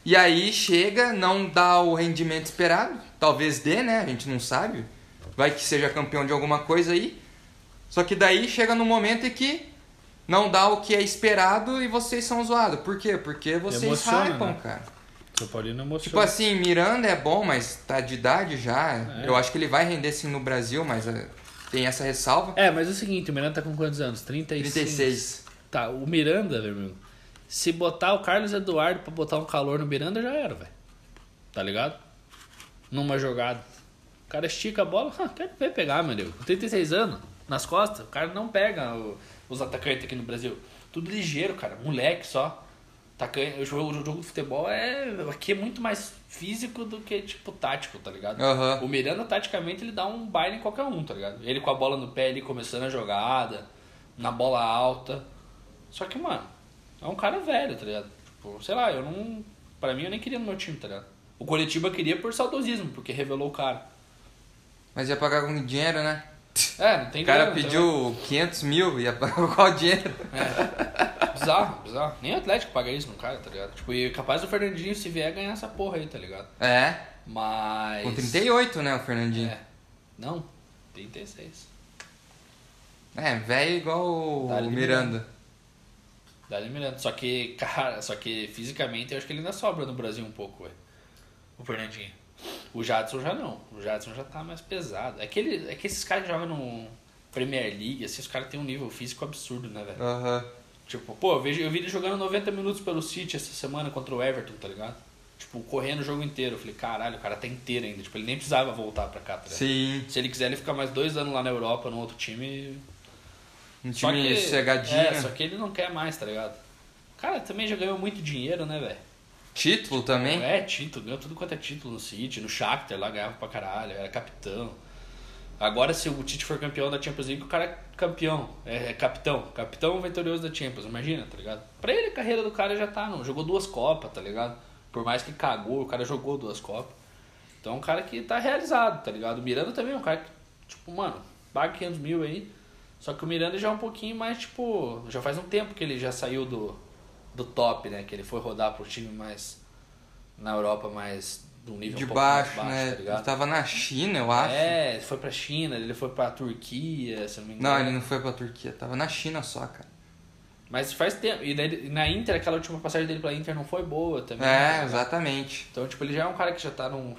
E aí chega, não dá o rendimento esperado. Talvez dê, né? A gente não sabe. Vai que seja campeão de alguma coisa aí. Só que daí chega no momento em que não dá o que é esperado e vocês são zoados. Por quê? Porque vocês
Emociona,
hypam,
né?
cara.
São Paulino é
Tipo
emocionou.
assim, Miranda é bom, mas tá de idade já.
É.
Eu acho que ele vai render sim no Brasil, mas eh, tem essa ressalva.
É, mas é o seguinte, o Miranda tá com quantos anos? 35.
36.
Tá, o Miranda, meu amigo. Se botar o Carlos Eduardo pra botar um calor no Miranda, já era, velho. Tá ligado? Numa jogada. O cara estica a bola, ah, quer ver pegar, meu amigo. Com 36 anos, nas costas, o cara não pega o- os atacantes aqui no Brasil. Tudo ligeiro, cara. Moleque só. Atacante, o jogo, o jogo de futebol é. Aqui é muito mais físico do que, tipo, tático, tá ligado?
Aham.
O Miranda, taticamente, ele dá um baile em qualquer um, tá ligado? Ele com a bola no pé ali, começando a jogada, na bola alta. Só que, mano, é um cara velho, tá ligado? Tipo, sei lá, eu não. Pra mim, eu nem queria no meu time, tá ligado? O Coritiba queria por saudosismo, porque revelou o cara.
Mas ia pagar com dinheiro, né?
É, não tem
O cara
grana, tá
pediu 500 mil, ia pagar com qual dinheiro?
ligado? Bizarro, bizarro. Nem o Atlético paga isso no cara, tá ligado? Tipo, e capaz do Fernandinho, se vier, ganhar essa porra aí, tá ligado?
É,
Mas.
com 38, né, o Fernandinho.
É. Não, 36.
É, velho igual o
Tá ali
Miranda.
Dá Miranda. Só que, cara, só que fisicamente eu acho que ele ainda sobra no Brasil um pouco, velho. O Fernandinho. O Jadson já não. O Jadson já tá mais pesado. É que, ele, é que esses caras que jogam no, Premier League, assim, os caras têm um nível físico absurdo, né, velho?
Aham.
Tipo, pô, eu, vejo, eu vi ele jogando 90 minutos pelo City essa semana contra o Everton, tá ligado? Tipo, correndo o jogo inteiro. Eu falei, caralho, o cara tá inteiro ainda. Tipo, ele nem precisava voltar pra cá, tá ligado?
Sim.
Se ele quiser, ele fica mais dois anos lá na Europa, num outro time.
Um
Só
time
que-
cegadinho.
É, só que ele não quer mais, tá ligado? O cara também já ganhou muito dinheiro, né, velho?
Título também.
É, título, ganhou tudo quanto é título no City, no Shakhtar lá ganhava pra caralho, era capitão. Agora se o Tite for campeão da Champions League, o cara é campeão, é, é capitão, capitão vitorioso da Champions, imagina, tá ligado? Pra ele a carreira do cara já tá, não, jogou duas copas, tá ligado? Por mais que cagou, o cara jogou duas copas. Então é um cara que tá realizado, tá ligado? O Miranda também é um cara que, tipo, mano, paga 500 mil aí. Só que o Miranda já é um pouquinho mais, tipo, já faz um tempo que ele já saiu do, do top, né? Que ele foi rodar pro time mais na Europa, mais de um nível
de
um pouco mais
baixo, né?
tá ligado?
ele tava na China, eu acho.
É, ele foi pra China, ele foi pra Turquia, se eu não me engano.
Não, ele não foi pra Turquia. Tava na China só, cara.
Mas faz tempo. E daí, na Inter, aquela última passagem dele pra Inter não foi boa também.
É,
né?
exatamente.
Então, tipo, ele já é um cara que já tá num,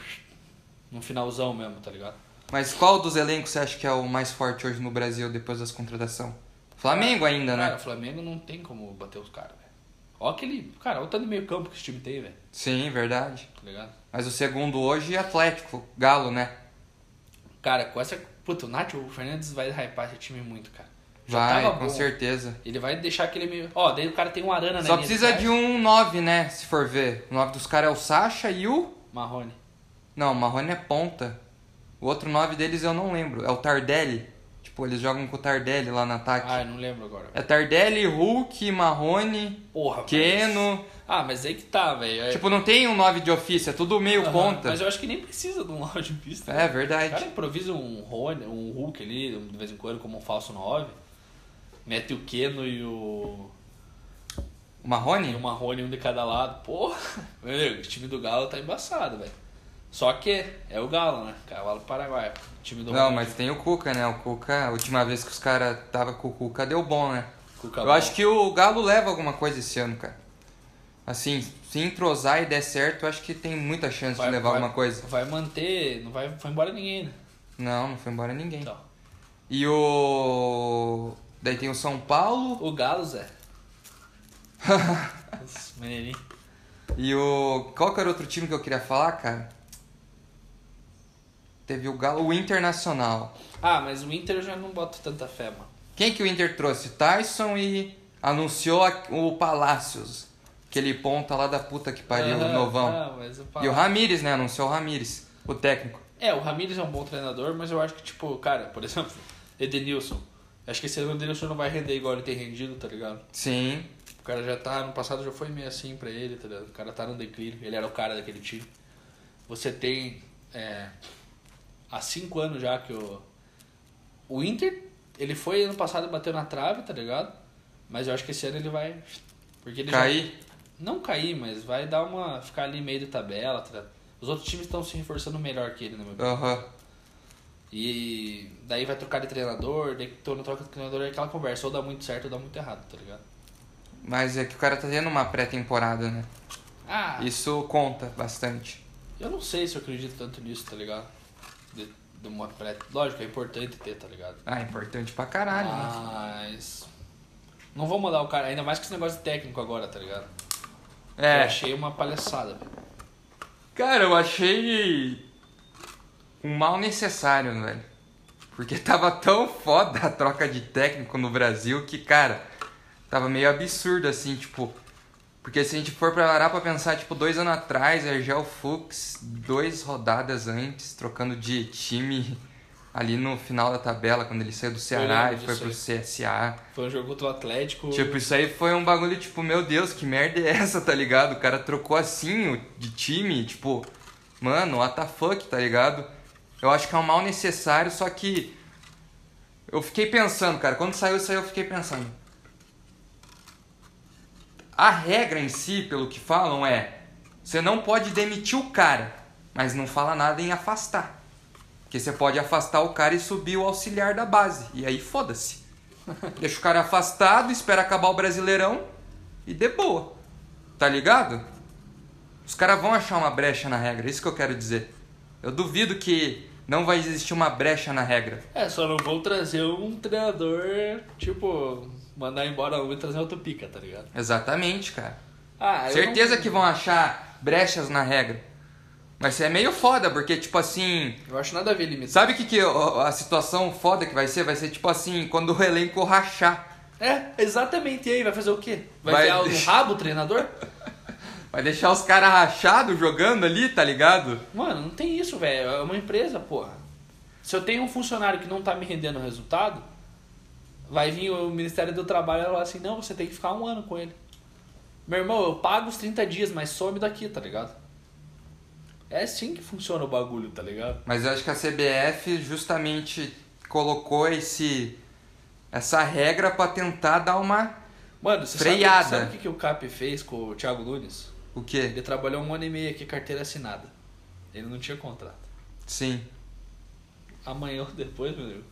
num finalzão mesmo, tá ligado?
Mas qual dos elencos você acha que é o mais forte hoje no Brasil depois das contratações? Flamengo ainda,
Cara,
né?
o Flamengo não tem como bater os caras, velho. Ó aquele. Cara, olha o tanto de meio campo que esse time tem, velho.
Sim, verdade.
Tá ligado?
Mas o segundo hoje é Atlético, Galo, né?
Cara, com essa. Puta, o Nacho Fernandes vai hypar esse time muito, cara.
Vai,
tava
com
bom.
certeza.
Ele vai deixar aquele meio. Ó, daí o cara tem um Arana na
Só
linha
precisa
trás.
de um 9, né? Se for ver. O 9 dos caras é o Sacha e o.
Marrone.
Não, o Marrone é ponta. O outro 9 deles eu não lembro. É o Tardelli. Tipo, eles jogam com o Tardelli lá no ataque.
Ah, eu não lembro agora.
É Tardelli, Hulk, Marrone,
Porra, mas-
Keno.
Ah, mas aí que tá, velho. É-
Tipo, não tem um 9 de ofício, é tudo meio
Aham,
ponta.
Mas eu acho que nem precisa de um lado de pista.
É
né? O cara
verdade.
improvisa um Rony, um Hulk ali, de vez em quando, como um falso 9. Mete o Keno e o.
O
E o
Marrone?
Marrone um de cada lado. Porra, meu amigo, o time do Galo tá embaçado, velho. Só que é o Galo, né? Cavalo Paraguai. O time do
Não,
Ronaldinho.
mas tem o Cuca, né? O Cuca, a última vez que os caras tava com o Cuca deu bom, né?
Cuca
Eu
bom.
acho que o Galo leva alguma coisa esse ano, cara. Assim, se entrosar e der certo, eu acho que tem muita chance de levar alguma coisa.
Vai manter, não vai, foi embora ninguém, né?
Não, não foi embora ninguém.
Então,
E o. Daí tem o São Paulo
o Galo, Zé. Os Mineirinho.
e o. Qual que era outro time que eu queria falar, cara? Teve o Galo, o Internacional.
Ah, mas o Inter eu já não boto tanta fé, mano.
Quem que o Inter trouxe? Tyson e anunciou a- o Palacios. Aquele ponta lá da puta que pariu, o
Aham,
novão.
ah, mas eu
E o
falo-
Ramires, né? Anunciou o Ramires, o técnico.
É, o Ramires é um bom treinador, mas eu acho que, tipo, cara, por exemplo, Edenilson. Acho que esse ano o Edenilson não vai render igual ele tem rendido, tá ligado?
Sim.
O cara já tá, no passado já foi meio assim pra ele, tá ligado? O cara tá no declínio, ele era o cara daquele time. Você tem, é, há cinco anos já que o... O Inter, ele foi ano passado e bateu na trave, tá ligado? Mas eu acho que esse ano ele vai... Porque ele já-
Caí.
não cair, mas vai dar uma... Ficar ali meio de tabela, tá ligado? Os outros times estão se reforçando melhor que ele, na minha
Aham.
e daí vai trocar de treinador, daí quando troca de treinador é aquela conversa, ou dá muito certo ou dá muito errado, tá ligado?
Mas é que o cara tá tendo uma pré-temporada, né?
Ah,
Isso conta bastante.
eu não sei se eu acredito tanto nisso, tá ligado? De, de uma pré... Lógico, é importante ter, tá ligado?
Ah, é importante pra caralho,
Ah.
né?
Mas... Não vou mandar o cara, ainda mais que esse negócio de técnico agora, tá ligado? Eu
É.
achei uma palhaçada, velho.
Cara, eu achei um mal necessário, né, velho. Porque tava tão foda a troca de técnico no Brasil que, cara, tava meio absurdo assim, tipo. Porque se a gente for parar pra pensar, tipo, dois anos atrás, Ergel Fux, dois rodadas antes, trocando de time ali no final da tabela, quando ele saiu do Ceará e
lembro
foi pro
disso
CSA.
Foi um jogo contra o Atlético...
Tipo, isso aí foi um bagulho, tipo, meu Deus, que merda é essa, tá ligado? O cara trocou assim o- de time, tipo, mano, what the fuck, tá ligado? Eu acho que é um mal necessário, só que eu fiquei pensando, cara, quando saiu isso aí eu fiquei pensando. A regra em si, pelo que falam, é você não pode demitir o cara, mas não fala nada em afastar. Porque você pode afastar o cara e subir o auxiliar da base. E aí foda-se. Deixa o cara afastado, espera acabar o brasileirão e de boa. Tá ligado? é Os caras vão achar uma brecha na regra, isso que eu quero dizer. Eu duvido que Não vai existir uma brecha na regra.
É, só não vão trazer um treinador, tipo, mandar embora um e trazer outro pica, tá ligado?
Exatamente, cara.
Ah, eu
Certeza que vão achar brechas na regra. Mas isso é meio foda, porque, tipo assim,
não- Eu acho nada a ver limitar.
Sabe o que, que eu- a situação foda que vai ser? Vai ser tipo assim, quando o elenco rachar.
É, exatamente. E aí, vai fazer o quê? Vai,
Vai
virar
deixar-
o rabo o treinador?
Vai deixar os caras rachados jogando ali, tá ligado?
Mano, não tem isso, velho. É uma empresa, porra. Se eu tenho um funcionário que não tá me rendendo resultado, vai vir o Ministério do Trabalho e falar assim, não, você tem que ficar um ano com ele. Meu irmão, eu pago os 30 dias, mas some daqui, tá ligado? É assim que funciona o bagulho, tá ligado?
Mas eu acho que a CBF justamente colocou esse essa regra pra tentar dar uma.
Mano, você
Freada.
sabe, sabe o que, que o Cap fez com o Thiago Nunes?
O quê?
Ele trabalhou um ano e meio aqui, carteira assinada. Ele não tinha contrato.
Sim.
Amanhã ou depois, meu amigo,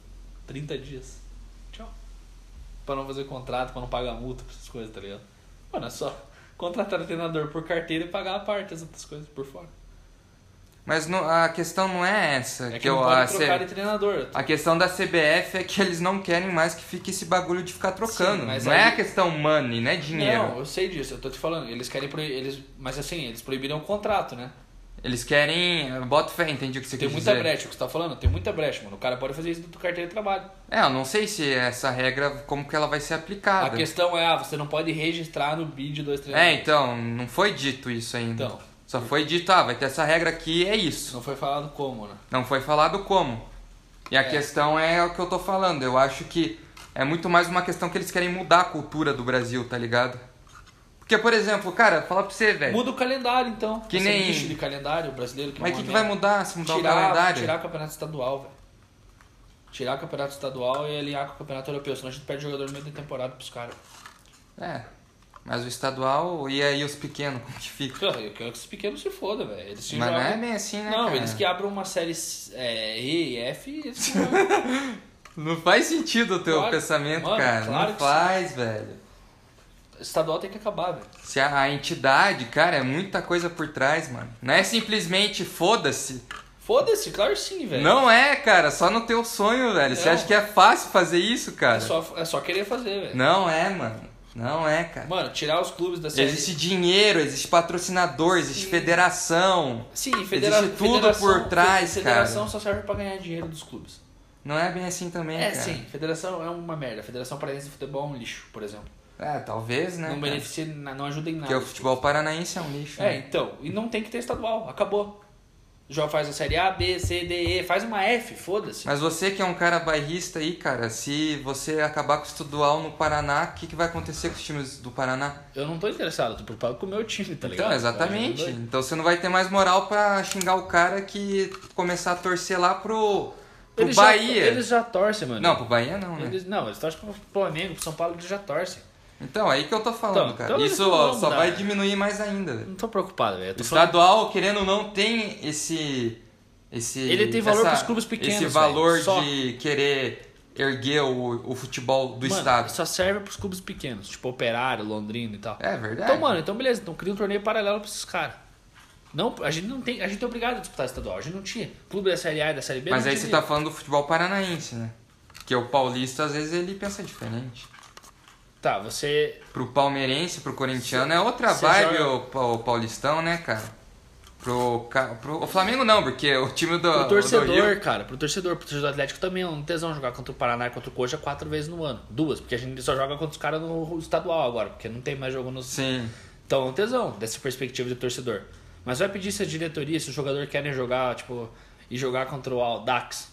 30 dias. Tchau. Pra não fazer contrato, pra não pagar multa, pra essas coisas, tá ligado? Mano, é só contratar o treinador por carteira e pagar a parte das outras coisas por fora.
Mas não- a questão não é essa.
É que,
que
não
eu, a,
pode
C-
trocar de treinador.
a questão da CBF é que eles não querem mais que fique esse bagulho de ficar trocando.
mas
não é
aí-
a questão money, não é dinheiro.
Não, eu sei disso, eu tô te falando. Eles querem proibir. Eles, mas assim, eles proibiram o contrato, né?
Eles querem. Bota fé, entendi o que você
Tem
quis
muita
dizer.
brecha, o que você tá falando? Tem muita brecha, mano. O cara pode fazer isso do carteira de trabalho.
É, eu não sei se essa regra, como que ela vai ser aplicada.
A questão é, ah, você não pode registrar no BID dois
É,
treinadores.
então, não foi dito isso ainda.
Então.
Só foi dito, ah, vai ter essa regra aqui é isso.
Não foi falado como, né?
Não foi falado como. E a
É.
questão é o que eu tô falando. Eu acho que é muito mais uma questão que eles querem mudar a cultura do Brasil, tá ligado? Porque, por exemplo, cara, fala pra você, velho.
Muda o calendário, então.
É. Que
Esse
nem-
lixo de calendário brasileiro que
Mas o
não
que, que
é
vai
merda.
mudar se mudar
tirar,
o calendário?
Tirar campeonato estadual, velho. Tirar campeonato estadual e alinhar com o campeonato europeu. Senão a gente perde jogador no meio da temporada pros caras.
É. Mas o estadual e aí os pequenos, como que fica?
Cara, Eu quero que esses pequenos se foda, velho. Eles se
Mas não
jogam-
é bem assim, né?
Não,
cara?
eles que abrem uma série é, E e F e eles se jogam.
Não faz sentido o teu
Claro,
pensamento,
mano,
cara.
claro
não
que
faz, velho.
Estadual tem que acabar, velho.
Se a, a entidade, cara, é muita coisa por trás, mano. Não é simplesmente foda-se.
Foda-se, claro que sim, velho.
Não é, cara, só no teu sonho, velho. Você
Não.
acha que é fácil fazer isso, cara?
É só, é só querer fazer, velho.
Não é, mano. Não é, cara.
Mano, tirar os clubes da série.
Existe dinheiro, existe patrocinador, existe
Sim.
federação.
Sim, federa...
existe tudo
federação-
por trás,
fe- Federação só serve pra ganhar dinheiro dos clubes.
Não é bem assim também,
É,
cara.
sim. Federação é uma merda. Federação Paranaense de Futebol é um lixo, por exemplo.
É, talvez, né?
não
cara?
beneficia, na- não ajuda em nada.
Porque o futebol paranaense é um lixo.
É,
né?
então. E não tem que ter estadual. Acabou. Já faz a série A, B, C, D, E. Faz uma F, foda-se.
Mas você que é um cara bairrista aí, cara, se você acabar com o estadual no Paraná, o que, que vai acontecer com os times do Paraná?
Eu não tô interessado, tô preocupado com o meu time, tá ligado?
Ah. Então, exatamente.
Eu não
Então você não vai ter mais moral pra xingar o cara que começar a torcer lá pro,
tô-
pro
Eles já-
Bahia.
eles já torcem, mano.
Não, pro Bahia não, né?
Eles, não, eles torcem pro Flamengo, pro São Paulo, eles já torcem.
Então, aí que eu tô falando,
Então,
cara.
então eles
Isso
não
ó,
vão
só
mudar.
vai diminuir mais ainda. velho.
Não tô preocupado, velho. Eu
O
tô falando-
estadual, querendo ou não, tem esse. esse
Ele tem valor pros clubes pequenos,
Esse
velho,
valor
só.
de querer erguer o, o futebol do
Mano,
estado.
Só serve pros clubes pequenos, tipo Operário, Londrina e tal.
É verdade.
Então, mano, então beleza, então cria um torneio paralelo pra esses caras. Não, a gente não tem, a gente é obrigado a disputar estadual, a gente não tinha. Clube da Série A e da Série B
Mas
não
aí você
tinha.
tá falando do futebol paranaense, né? Porque o paulista, às vezes, ele pensa diferente.
Tá, você.
Pro palmeirense, pro corintiano, é outra
Cê
vibe
joga-
o, pa- o paulistão, né, cara? Pro, ca- pro o Flamengo não, porque o time do,
Pro
do Rio...
torcedor, cara, pro torcedor, pro torcedor do Atlético também é um tesão jogar contra o Paraná e contra o Coxa quatro vezes no ano. Duas, porque a gente só joga contra os caras no estadual agora, porque não tem mais jogo no.
Sim.
Então é um tesão, dessa perspectiva do torcedor. Mas vai pedir se a diretoria, se os jogadores querem jogar, tipo, e jogar contra o Aldax.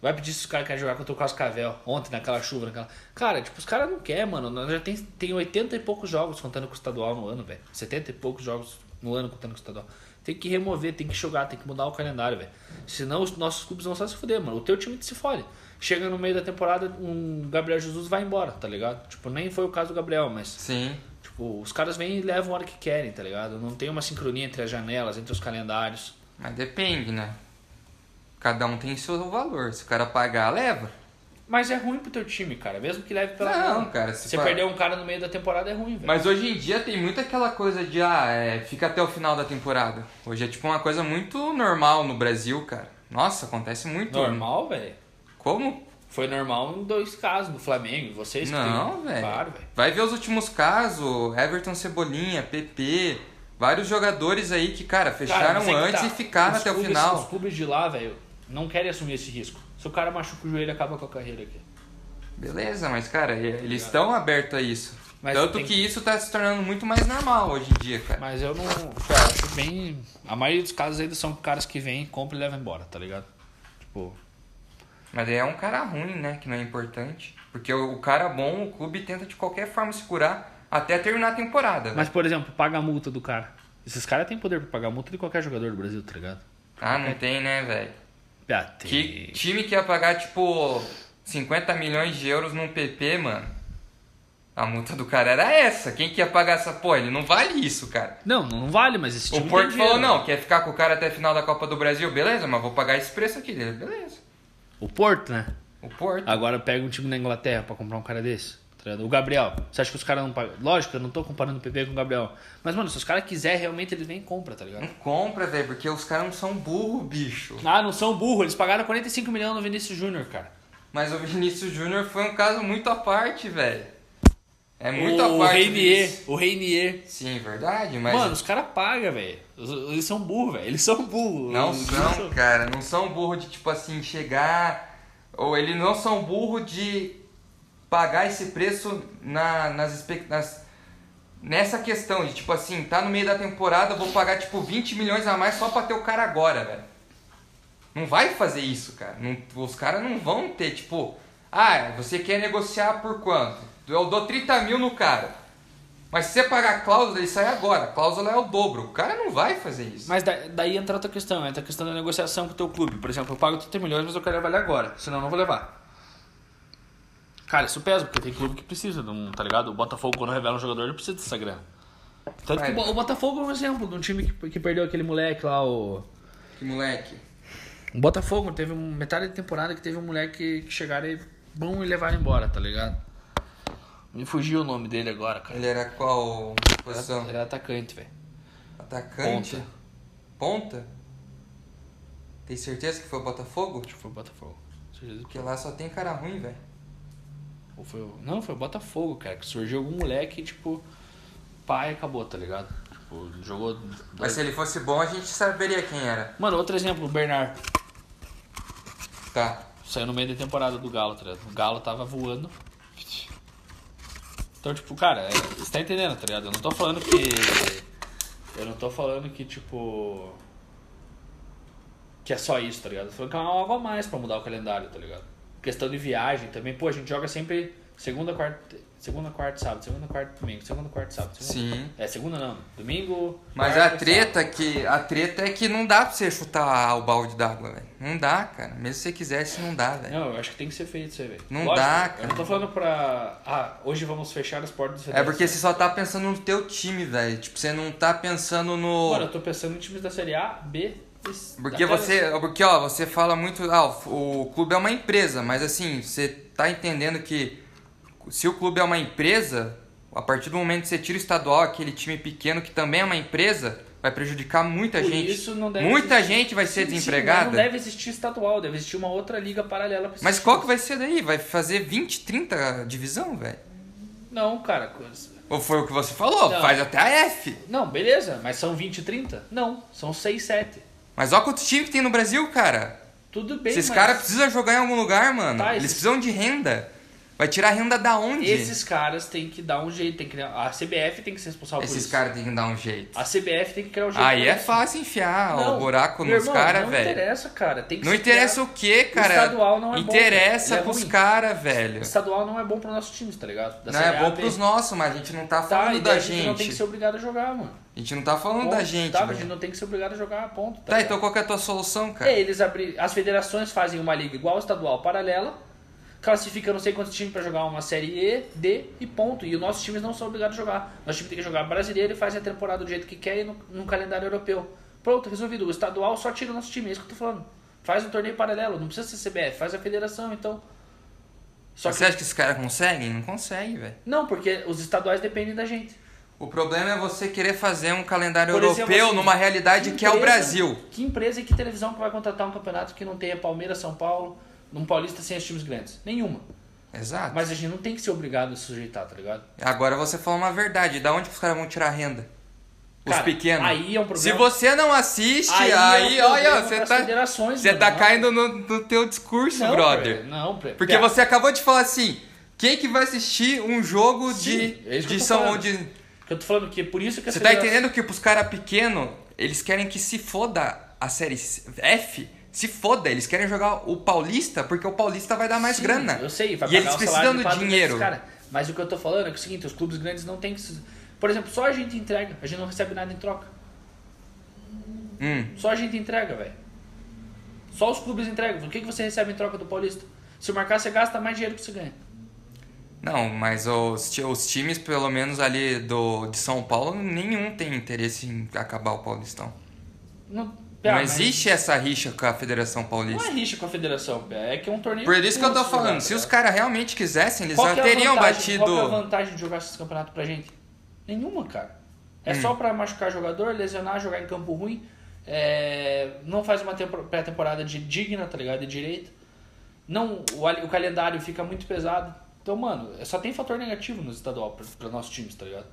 Vai pedir se os caras querem jogar contra o Cascavel, ontem naquela chuva, naquela. Cara, tipo, os caras não querem, mano. Nós já tem, tem 80 e poucos jogos contando com o estadual no ano, velho. 70 e poucos jogos no ano contando com o estadual. Tem que remover, tem que jogar, tem que mudar o calendário, velho. Senão os nossos clubes vão só se fuder, mano. O teu time se fode. Chega no meio da temporada, um Gabriel Jesus vai embora, tá ligado? Tipo, nem foi o caso do Gabriel, mas.
Sim.
Tipo, os caras vêm e levam a hora que querem, tá ligado? Não tem uma sincronia entre as janelas, entre os calendários.
Mas depende, né? Cada um tem seu valor. Se o cara pagar, leva.
Mas é ruim pro teu time, cara. Mesmo que leve pela
Não,
mão.
cara, se
Você
pa-
perder um cara no meio da temporada é ruim, velho.
Mas hoje em dia tem muito aquela coisa de, ah, é, fica até o final da temporada. Hoje é tipo uma coisa muito normal no Brasil, cara. Nossa, acontece muito.
Normal, velho.
Como?
Foi normal em dois casos do Flamengo, vocês que
Não,
tem-
velho.
Claro, velho.
Vai ver os últimos casos, Everton Cebolinha, PP, vários jogadores aí que, cara,
Cara,
fecharam
mas é que
antes
tá.
e ficaram
Os
até
clubes-
o final.
Os clubes de lá, velho, não querem assumir esse risco. Se o cara machuca o joelho, acaba com a carreira aqui.
Beleza, mas cara, eles estão abertos a isso.
Mas
Tanto
tem-
que isso tá se tornando muito mais normal hoje em dia, cara.
Mas eu não. Cara, eu acho bem. A maioria dos casos ainda são caras que vêm, compram e levam embora, tá ligado? Tipo.
Mas aí é um cara ruim, né? Que não é importante. Porque o, o cara bom, o clube tenta de qualquer forma segurar até terminar a temporada. velho.
Mas, por exemplo, paga a multa do cara. Esses caras têm poder pra pagar a multa de qualquer jogador do Brasil, tá ligado?
Ah, não tem, né, velho?
Ah, tem.
Que time que ia pagar, tipo, 50 milhões de euros num PP, mano? A multa do cara era essa. Quem que ia pagar essa porra? Ele não vale isso, cara.
Não, não vale, mas esse time.
o
tem
Porto
dinheiro. né?
falou, não, quer ficar com o cara até a final da Copa do Brasil? Beleza, mas vou pagar esse preço aqui. Ele, Beleza.
O Porto, né?
O Porto.
Agora pega um time na Inglaterra pra comprar um cara desse. tá ligado? O Gabriel, você acha que os caras não pagam? Lógico, eu não tô comparando o PP com o Gabriel. Mas, mano, se os caras quiserem, realmente eles vêm e compram, tá ligado?
Não compra, velho, porque os caras não são burro, bicho.
Ah, não são burro, eles pagaram 45 milhões no Vinícius Júnior, cara.
Mas o Vinícius Júnior foi um caso muito à parte, velho. É muito à
o
parte.
Reinier,
disso.
o Reinier.
Sim, verdade, mas.
Mano, os caras pagam, velho. Os- Eles são burro, velho. Eles são burro.
não
Eles
são, cara. Não são burro de, tipo assim, chegar. Ou eles não são burro de pagar esse preço na, nas expectativas. Nessa questão de, tipo assim, tá no meio da temporada, eu vou pagar, tipo, 20 milhões a mais só pra ter o cara agora, velho. Não vai fazer isso, cara. Não- os caras não vão ter, tipo, ah, você quer negociar por quanto? Eu dou 30 mil no cara. Mas se você pagar a cláusula, ele sai agora. A cláusula é o dobro. O cara não vai fazer isso.
Mas da- daí entra outra questão, entra a questão da negociação com o teu clube. Por exemplo, eu pago 30 milhões, mas eu quero levar ele agora, senão eu não vou levar. Cara, isso pesa, porque tem clube que precisa, de um, tá ligado? O Botafogo, quando revela um jogador, ele precisa dessa grana. Tanto que o Bo- o Botafogo é um exemplo de um time que, que perdeu aquele moleque lá, o...
Que moleque.
O Botafogo teve um- metade da temporada que teve um moleque que chegaram e bom e levaram embora, tá ligado? Me fugiu o nome dele agora, cara.
Ele era qual posição?
Ele era atacante, velho.
Atacante? Ponta. Tem certeza que foi o Botafogo?
Acho que foi o Botafogo.
Porque lá só tem cara ruim, velho.
Ou foi o- Não, foi o Botafogo, cara, que surgiu algum moleque, tipo, pai acabou, tá ligado? Tipo, jogou. dois-
Mas se ele fosse bom, a gente saberia quem era.
Mano, outro exemplo, o Bernard.
Tá.
Saiu no meio da temporada do Galo, tá ligado? O Galo tava voando. Então, tipo, cara, é- você tá entendendo, tá ligado? Eu não tô falando que. Eu não tô falando que, tipo. Que é só isso, tá ligado? Eu tô falando que é algo a mais pra mudar o calendário, tá ligado? Questão de viagem também, pô, a gente joga sempre segunda, quarta. Segunda, quarta, sábado, segunda, quarta, domingo, segunda, quarta, sábado, segunda,
Sim.
É, segunda não. Domingo.
Mas é
quarta,
a treta que a treta é que não dá pra você chutar o balde d'água, velho. Não dá, cara. Mesmo se você quisesse, não dá, velho.
Não, eu acho que tem que ser feito isso aí, velho.
Não dá,
Eu
cara.
não tô falando pra. Ah, hoje vamos fechar as portas do
É porque você só tá pensando no teu time, velho. Tipo, você não tá pensando no
Mano, eu tô pensando em times da Série A, B e C.
Porque
até-
você, porque ó, você fala muito, ah, o, o clube é uma empresa, mas assim, você tá entendendo que se o clube é uma empresa, a partir do momento que você tira o estadual, aquele time pequeno que também é uma empresa, vai prejudicar muita
Por
gente.
isso não deve
muita
existir-
gente vai ser
Sim, sim,
desempregada.
mas Não deve existir estadual, deve existir uma outra liga paralela pra
Mas
esses
qual que
times.
vai ser daí? Vai fazer 20, 30 divisão, velho?
Não, cara.
Ou foi o que você falou?
Não.
Faz até a F.
Não, beleza, mas são 20 e 30? Não, são 6, 7.
Mas olha quantos times que tem no Brasil, cara.
Tudo bem,
esses
mas
caras precisam jogar em algum lugar, mano.
Tá,
Eles
esses-
precisam de renda. Vai tirar renda da onde?
Esses caras têm que dar um jeito, tem que... a CBF tem que ser responsável por
Esses
isso.
caras têm que dar um jeito.
A CBF tem que criar um jeito.
Aí
pra
é
isso.
fácil enfiar
Não,
o buraco
meu
nos
irmão,
caras,
Não
velho.
interessa, cara. Tem que
Não
se
interessa
criar-
o que, cara.
estadual não é bom,
interessa
velho. Ele é
pros
ruim.
caras, velho.
O estadual não é bom pro nosso time, tá ligado? Da
Não
Série
é
A,
bom
B.
pros nossos, mas a gente não tá
Tá,
falando
e daí
da
a gente não tem que
gente.
ser obrigado a jogar, mano.
A gente não tá falando da
Ponto,
gente,
Tá, a gente
velho.
não tem que ser obrigado a jogar, ponto.
Tá,
ligado?
então qual que é a tua solução, cara?
É, eles abri... As federações fazem uma liga igual a estadual paralela, classifica não sei quantos times pra jogar uma série E, D e ponto. E os nossos times não são obrigados a jogar. Nosso time tem que jogar brasileiro e faz a temporada do jeito que quer e no, no calendário europeu. Pronto, resolvido. O estadual só tira o nosso time, é isso que eu tô falando. Faz um torneio paralelo, não precisa ser CBF, faz a federação, então. Só
Você acha que esses caras conseguem? Não consegue, velho.
Não, porque os estaduais dependem da gente.
O problema é você querer fazer um calendário
Por exemplo,
europeu
assim,
numa realidade que, é o
empresa-
Brasil.
Que empresa e que televisão que vai contratar um campeonato que não tenha Palmeiras, São Paulo, num Paulista sem os times grandes? Nenhuma.
Exato.
Mas a gente não tem que ser obrigado a se sujeitar, tá ligado?
Agora você falou uma verdade. Da onde que os caras vão tirar renda? Os
Cara,
pequenos.
aí é um
Se
problema.
você não assiste, aí,
é um problema
olha, você
pras
tá,
federações,
você
mano.
tá
Não,
caindo no, no teu discurso,
não, É.
brother.
brother, Não, brother.
Porque
Pera,
você acabou de falar assim: quem que vai assistir um jogo
Sim,
de,
é isso
de
que eu tô
São
falando.
de,
que Eu tô falando que é por isso que a
Você tá
federação-
entendendo que pros caras pequenos, eles querem que se foda a série F? Se foda, eles querem jogar o Paulista porque o Paulista vai dar mais
Sim,
grana.
Eu sei, vai
E
pagar
eles
o salário
precisam do
padrão desses
dinheiro.
Cara. Mas o que eu tô falando é que é o seguinte, os clubes grandes não tem que... se- Por exemplo, só a gente entrega, a gente não recebe nada em troca.
Hum,
Só a gente entrega, velho. Só os clubes entregam. O que, que você recebe em troca do Paulista? Se marcar, você gasta mais dinheiro que você ganha.
Não, mas os, ti- os times, pelo menos ali do, de São Paulo, nenhum tem interesse em acabar o Paulistão.
Não,
não
pera, Ah, mas
existe essa rixa com a Federação
Não é
Paulista.
rixa com a federação, pé. É que é um torneio... né?
Por isso que eu tô falando, se os caras realmente quisessem, eles já teriam batido.
é Qual que é a vantagem de jogar esses campeonatos pra gente? Nenhuma, cara. É
Hum.
só pra machucar jogador, lesionar, jogar em campo ruim. é, não faz uma tempo- pré-temporada de digna, tá ligado? De direito. Não, o, al- o calendário fica muito pesado. Então, mano, é- só tem fator negativo no estadual pra, pra nossos times, tá ligado?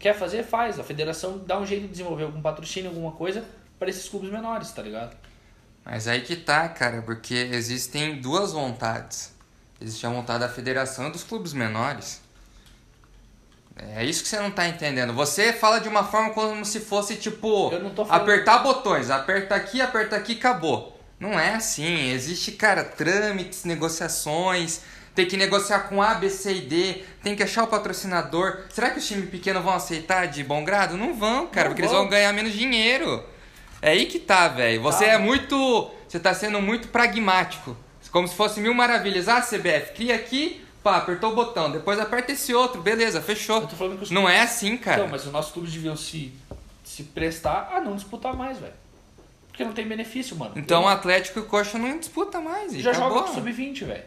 Quer fazer, faz. A federação dá um jeito de desenvolver algum patrocínio, alguma coisa pra esses clubes menores, tá ligado?
Mas aí que tá, cara, porque existem duas vontades. Existe a vontade da federação e dos clubes menores. É isso que você não tá entendendo. Você fala de uma forma como se fosse tipo
Eu não tô falando-
apertar botões, aperta aqui, aperta aqui, acabou. Não é assim. Existe, cara, trâmites, negociações. Tem que negociar com A, B, C e D. Tem que achar o patrocinador. Será que os times pequenos vão aceitar de bom grado? Não vão, cara,
Não
porque eles
vão.
vão ganhar menos dinheiro. É aí que tá, velho. Você
Tá.
é muito. Você tá sendo muito pragmático. Como se fosse mil maravilhas. Ah, CBF, cria aqui, pá, apertou o botão. Depois aperta esse outro, beleza, fechou.
Eu tô falando que os
Não é assim, cara.
Então, mas os nossos clubes deviam se, se prestar a não disputar mais, velho. Porque não tem benefício, mano.
Então o
Eu-
Atlético e o Coxa não disputa mais. e
já
acabou.
joga com sub-20, velho.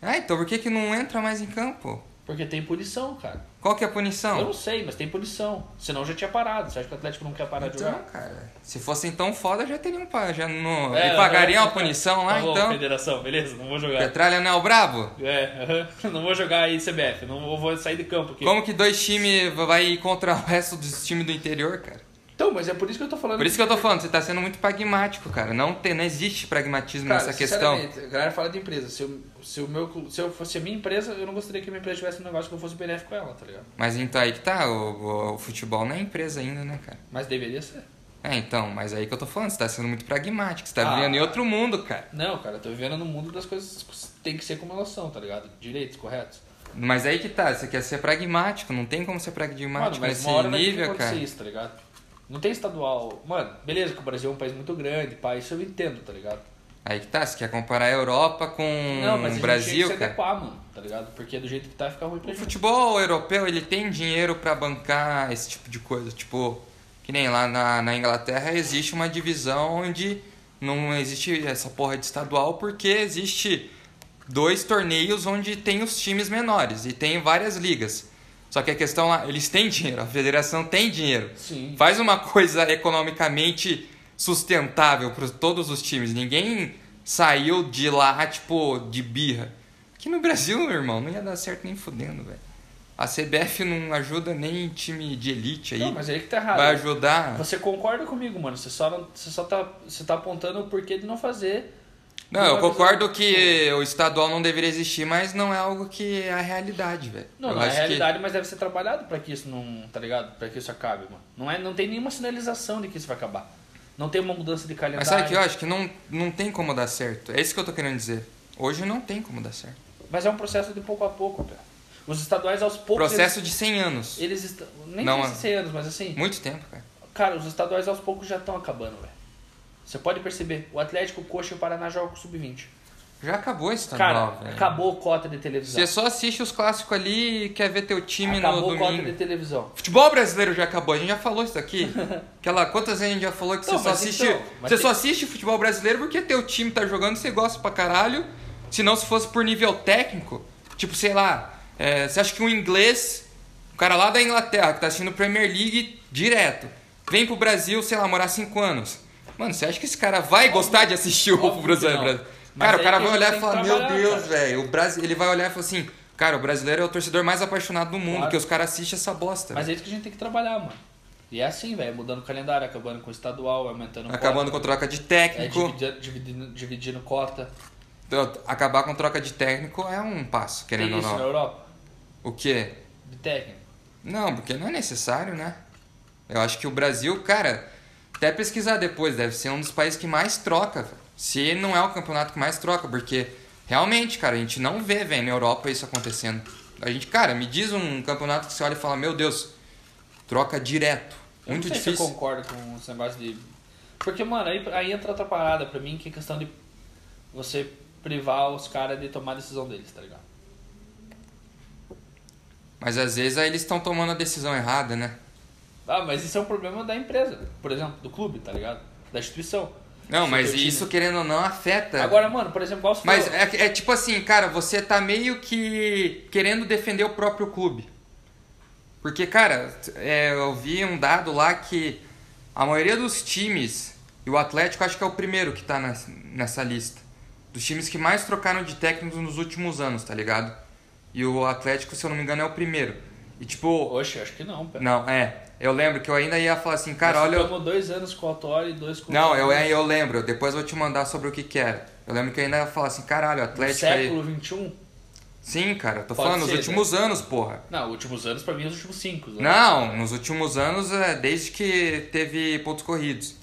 Ah, então por que, que não entra mais em campo?
Porque tem punição, cara.
Qual que é a
Eu
punição?
não sei, mas tem punição. Senão já tinha parado. Você acha que o Atlético não quer parar de
Então,
jogar?
cara, se fossem tão foda, já teriam. pa- Já não...
É,
e pagariam
é,
a punição lá,
tá bom,
então.
federação, beleza, não vou jogar.
Petralha não é o brabo?
É, aham, não vou jogar aí CBF, não vou, vou sair de campo aqui.
Como que dois times vai contra o resto dos times do interior, cara?
Então, mas é por isso que eu tô falando.
Por isso que eu tô falando, você tá sendo muito pragmático, cara. Não, tem, não existe pragmatismo
Cara,
nessa questão.
sinceramente, A galera fala de empresa. Se, eu, se, o meu, clu- se eu fosse a minha empresa, eu não gostaria que a minha empresa tivesse um negócio que eu fosse benéfico com ela, tá ligado?
Mas então aí que tá, o, o futebol não é empresa ainda, né, cara?
Mas deveria ser.
É, então, mas aí que eu tô falando, você tá sendo muito pragmático, você tá
Ah.
vivendo em outro mundo, cara.
Não, cara, eu tô vivendo no mundo das coisas que tem que ser como elas são, tá ligado? Direitos, corretos.
Mas aí que tá, você quer ser pragmático, não tem como ser pragmático nesse
vai ter que
tipo, nível,
acontecer
cara.
isso, tá ligado? Não tem estadual. Mano, beleza que o Brasil é um país muito grande, pá, isso eu entendo, tá ligado?
Aí que tá, você quer comparar a Europa com
não, mas a
o
gente tinha
Um Brasil,
que se
cara.
adequar, mano, tá ligado? Porque do jeito que tá, fica ruim pra
O
gente.
futebol europeu, ele tem dinheiro pra bancar esse tipo de coisa. Tipo, que nem lá na, na Inglaterra existe uma divisão onde não existe essa porra de estadual porque existe dois torneios onde tem os times menores e tem várias ligas. Só que a questão lá, eles têm dinheiro, a federação tem dinheiro.
Sim.
Faz uma coisa economicamente sustentável para todos os times. Ninguém saiu de lá, tipo, de birra. Aqui no Brasil, meu irmão, não ia dar certo nem fudendo, velho. A CBF não ajuda nem time de elite aí.
Não, mas aí que tá errado.
Vai ajudar.
Você concorda comigo, mano? Você só, não- você só tá, você tá apontando o porquê de não fazer.
Não,
Não
eu
vai
concordo
precisar-
que o estadual não deveria existir, mas não é algo que é a realidade, velho.
Não,
Eu
não é
acho que-
realidade, mas deve ser trabalhado pra que isso não, tá ligado? Pra que isso acabe, mano. Não, é, não tem nenhuma sinalização de que isso vai acabar. Não tem uma mudança de calendário.
Mas sabe o que eu acho? Que não, não tem como dar certo. É isso que eu tô querendo dizer. Hoje não tem como dar certo.
Mas é um processo de pouco a pouco, cara. Os estaduais aos poucos.
Processo de 100 anos.
Eles, eles estão. Nem
Não,
não,
mano.
100 anos, mas assim.
Muito tempo, cara.
Cara, os estaduais aos poucos já estão acabando, velho. Você pode perceber. O Atlético, o Coxa e o Paraná jogam com o sub-20.
Já acabou esse
Cara,
estadual, Tá velho.
acabou a cota de televisão.
Você só assiste os clássicos ali e quer ver teu time
acabou
no
a cota
domingo.
de televisão.
Futebol brasileiro já acabou, a gente já falou isso aqui. Aquela, quantas vezes a gente já falou que
Não,
você só
mas
assiste.
então, mas
você
tem-
só assiste futebol brasileiro porque teu time tá jogando e você gosta pra caralho. Se não, se fosse por nível técnico, tipo, sei lá, é, você acha que um inglês cara lá da Inglaterra que tá assistindo Premier League direto, vem pro Brasil, sei lá, morar 5 anos. Mano, você acha que esse cara vai gostar de assistir o
óbvio que
Brasil?
não.
Brasil?
Mas
Cara,
aí
o cara
que a
vai olhar
gente tem
e
que
falar, meu
trabalhar,
Deus,
cara."
velho. o Brasil- Ele vai olhar e falar assim, cara, o brasileiro é o torcedor mais apaixonado do mundo,
Claro.
que os caras assistem essa bosta.
Mas é isso que a gente tem que trabalhar, mano. E é assim, velho, mudando o calendário, acabando com o estadual, aumentando
Acabando com
cota,
troca de
é,
técnico.
dividindo, dividindo, dividindo cota.
Então, Acabar com troca de técnico é um passo,
Tem
querendo ou
isso é na
não.
Europa,
O quê?
de técnico.
Não, porque não é necessário, né? Eu acho que o Brasil, cara, até pesquisar depois, deve ser um dos países que mais troca. velho. Se não é o campeonato que mais troca, porque realmente, cara, a gente não vê, velho, na Europa isso acontecendo. A gente, cara, me diz um campeonato que você olha e fala, meu Deus, troca direto.
Eu
Muito
não sei se eu
difícil.
concordo com esse negócio de. Porque, mano, aí, aí entra outra parada pra mim, que é questão de você privar os caras de tomar a decisão deles, tá ligado?
Mas às vezes aí eles estão tomando a decisão errada, né?
Ah, mas isso é um problema da empresa, por exemplo, do clube, tá ligado? Da instituição.
Não,
Se
mas
teu time-
isso, querendo ou não, afeta.
Agora, mano, por exemplo, igual você
É. Mas
falou,
é, é tipo assim, cara, você tá meio que querendo defender o próprio clube. Porque, cara, é, eu vi um dado lá que a maioria dos times, e o Atlético acho que é o primeiro que tá nas- nessa lista, dos times que mais trocaram de técnicos nos últimos anos, tá ligado? E o Atlético, se eu não me engano, é o primeiro. E tipo,
Oxe, acho que não, pera.
não, é. Eu lembro que eu ainda ia falar assim, cara,
Nós
olha.
ficamos dois anos com o Autori e dois com
Não, é
o
eu, eu lembro, depois eu vou te mandar sobre o que que era. Eu lembro que eu ainda ia falar assim, caralho, o
No
Atlético aí.
século XXI?
Sim, cara, eu tô
Pode
falando nos
ser, né?
últimos anos, porra.
Não, últimos anos pra mim é os últimos cinco. né?
Não, nos últimos anos, é, desde que teve pontos corridos.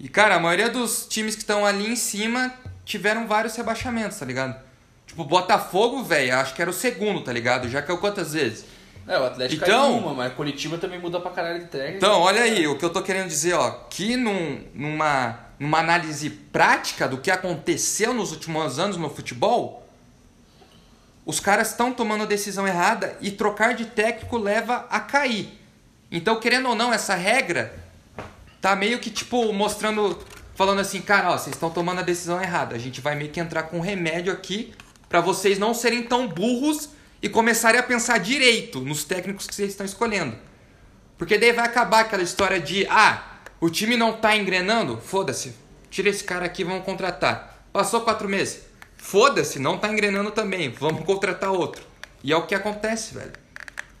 E, cara, a maioria dos times que estão ali em cima tiveram vários rebaixamentos, tá ligado? Tipo, Botafogo, velho, acho que era o segundo, tá ligado? Já caiu quantas vezes?
É, o Atlético
Então-
é uma, mas Curitiba também muda pra caralho de técnico.
Então, olha aí, o que eu tô querendo dizer, ó, que num- numa, numa análise prática do que aconteceu nos últimos anos no futebol, os caras estão tomando a decisão errada e trocar de técnico leva a cair. Então, querendo ou não, essa regra tá meio que tipo mostrando, falando assim, cara, ó, vocês estão tomando a decisão errada. A gente vai meio que entrar com um remédio aqui pra vocês não serem tão burros e começarem a pensar direito nos técnicos que vocês estão escolhendo. Porque daí vai acabar aquela história de, ah, o time não tá engrenando, foda-se. Tira esse cara aqui, vamos contratar. Passou quatro meses. Foda-se, não tá engrenando também. Vamos contratar outro. E é o que acontece, velho.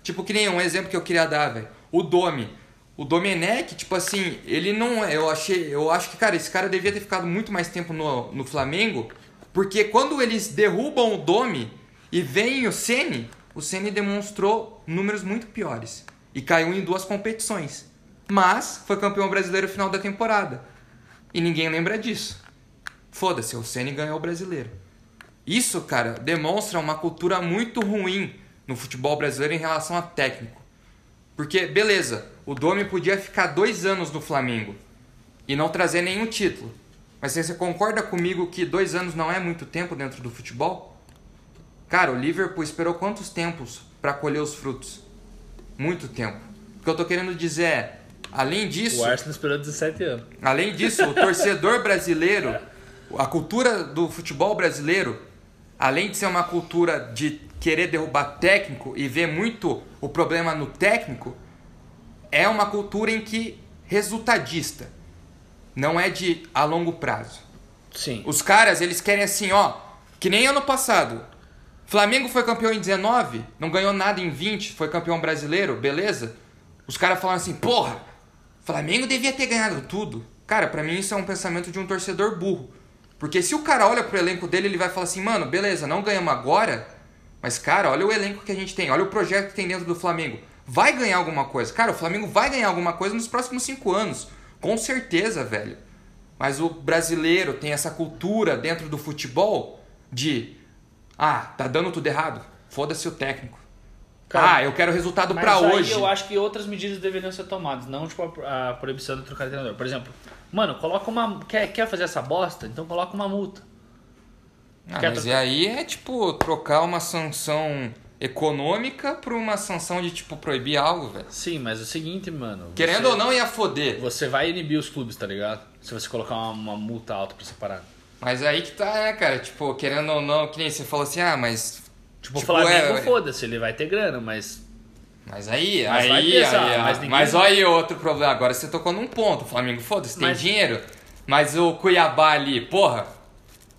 Tipo, que nem um exemplo que eu queria dar, velho. O Domi. O Domenech, tipo assim, ele não é. Eu achei. Eu acho que, cara, esse cara devia ter ficado muito mais tempo no, no Flamengo. Porque quando eles derrubam o Domi e vem o Ceni, o Ceni demonstrou números muito piores. E caiu em duas competições. Mas foi campeão brasileiro no final da temporada. E ninguém lembra disso. Foda-se, o Ceni ganhou o brasileiro. Isso, cara, demonstra uma cultura muito ruim no futebol brasileiro em relação a técnico. Porque, beleza, o Domi podia ficar dois anos no Flamengo e não trazer nenhum título. Mas você concorda comigo que dois anos não é muito tempo dentro do futebol? Cara, o Liverpool esperou quantos tempos para colher os frutos? Muito tempo. O que eu tô querendo dizer é, além disso.
O Arsenal esperou 17 anos.
Além disso, o torcedor brasileiro, a cultura do futebol brasileiro, além de ser uma cultura de querer derrubar técnico e ver muito o problema no técnico, é uma cultura em que resultadista, não é de a longo prazo.
Sim.
Os caras, eles querem assim, ó, que nem ano passado. Flamengo foi campeão em 19, não ganhou nada em 20, foi campeão brasileiro, beleza? Os caras falaram assim, porra, Flamengo devia ter ganhado tudo. Cara, pra mim isso é um pensamento de um torcedor burro. Porque se o cara olha pro elenco dele, ele vai falar assim, mano, beleza, não ganhamos agora, mas cara, olha o elenco que a gente tem, olha o projeto que tem dentro do Flamengo. Vai ganhar alguma coisa. Cara, o Flamengo vai ganhar alguma coisa nos próximos cinco anos. Com certeza, velho. Mas o brasileiro tem essa cultura dentro do futebol de ah, tá dando tudo errado, foda-se o técnico.
Cara,
ah, eu quero resultado
Mas
pra
aí
hoje.
eu acho que outras medidas deveriam ser tomadas, não tipo a pro- a, proibição de trocar de treinador. Por exemplo, mano, coloca uma. Quer, quer fazer essa bosta? Então coloca uma multa.
Ah,
quer
mas
trocar-
e aí é tipo trocar uma sanção econômica por uma sanção de tipo proibir algo, velho.
Sim, mas é o seguinte, mano.
Querendo ou não ia foder.
Você vai inibir os clubes, tá ligado? Se você colocar uma, uma multa alta pra separar.
Mas aí que tá, é, cara, tipo, querendo ou não, que nem você falou assim, ah, mas
Tipo, o
Tipo,
Flamengo,
é-
foda-se, ele vai ter grana, mas
Mas aí,
Mas
aí,
vai pesar,
aí,
mas
ó.
ninguém-
mas olha aí outro problema. Agora você tocou num ponto, Flamengo, foda-se, tem
Mas-
dinheiro. Mas o Cuiabá ali, porra,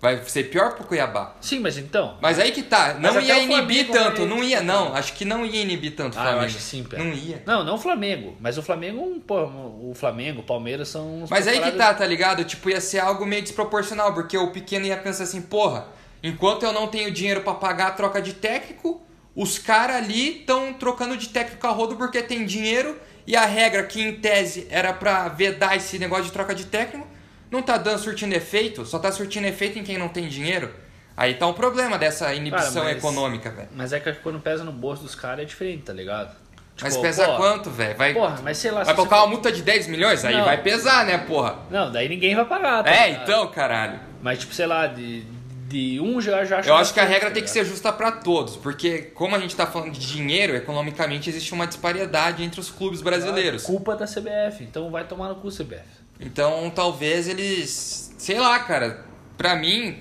vai ser pior pro Cuiabá.
Sim, mas então.
Mas aí que tá, não
até
ia
o
inibir
Flamengo
tanto,
vai-
não ia, não. Acho que não ia inibir tanto o
Ah, eu
Flamengo.
acho que sim, Pedro.
Não ia.
Não, não o Flamengo. Mas o Flamengo, um, pô, o Flamengo, o Palmeiras são. uns
Mas aí que
preparados-
tá, tá ligado? Tipo, ia ser algo meio desproporcional, porque o pequeno ia pensar assim, porra, enquanto eu não tenho dinheiro pra pagar a troca de técnico, os caras ali estão trocando de técnico a rodo porque tem dinheiro e a regra que em tese era pra vedar esse negócio de troca de técnico, não tá dando surtindo efeito, só tá surtindo efeito em quem não tem dinheiro. Aí tá um problema dessa inibição
mas-
econômica, velho.
Mas é que quando pesa no bolso dos caras é diferente, tá ligado?
Mas
Tipo,
pesa
pô,
quanto, velho? Vai,
Porra, mas sei lá.
vai
se você
colocar
for-
uma multa de 10 milhões? Aí
Não.
vai pesar, né, porra?
Não, daí ninguém vai pagar, tá
É,
ligado?
então, caralho.
Mas, tipo, sei lá, de, de um já, já
Eu acho né? que a
bastante,
regra
tá
tem que ser
ligado?
justa pra todos, porque como a gente tá falando de dinheiro, economicamente existe uma disparidade entre os clubes brasileiros.
Culpa é da CBF, então vai tomar no cu, CBF.
Então, talvez eles, sei lá, cara, pra mim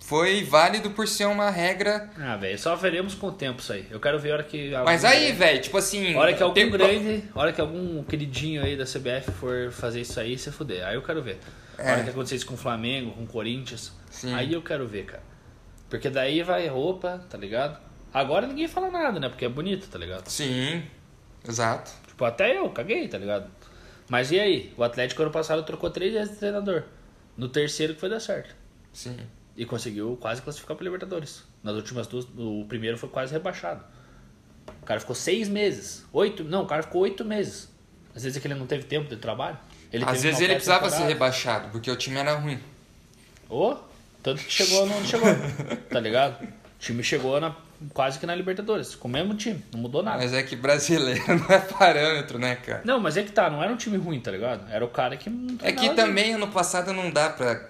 foi válido por ser uma regra.
Ah, velho, só veremos com o tempo isso aí. Eu quero ver a hora que. algum-
Mas aí, velho, tipo assim,
a hora que é algum
tem-
grande, a hora que algum queridinho aí da CBF for fazer isso aí, você fuder. Aí eu quero ver. A hora que acontecer isso com o Flamengo, com o Corinthians.
Sim.
Aí eu quero ver, cara. Porque daí vai roupa, tá ligado? Agora ninguém fala nada, né? Porque é bonito, tá ligado?
Sim. Exato.
Tipo, até eu caguei, tá ligado? Mas e aí? O Atlético ano passado trocou três vezes de treinador. No terceiro que foi dar certo.
Sim.
E conseguiu quase classificar para Libertadores. Nas últimas duas, o primeiro foi quase rebaixado. O cara ficou seis meses. Oito, não, o cara ficou oito meses. Às vezes é que ele não teve tempo de trabalho. Ele
Às
teve
vezes
uma
ele precisava ser
pré-temporada.
rebaixado, porque o time era ruim.
Ô, tanto que chegou não chegou, tá ligado? O time chegou na, quase que na Libertadores, com o mesmo time, não mudou nada.
Mas é que brasileiro não é parâmetro, né, cara?
Não, mas é que tá, não era um time ruim, tá ligado? Era o cara que não
É que
treinava
também ano passado não dá pra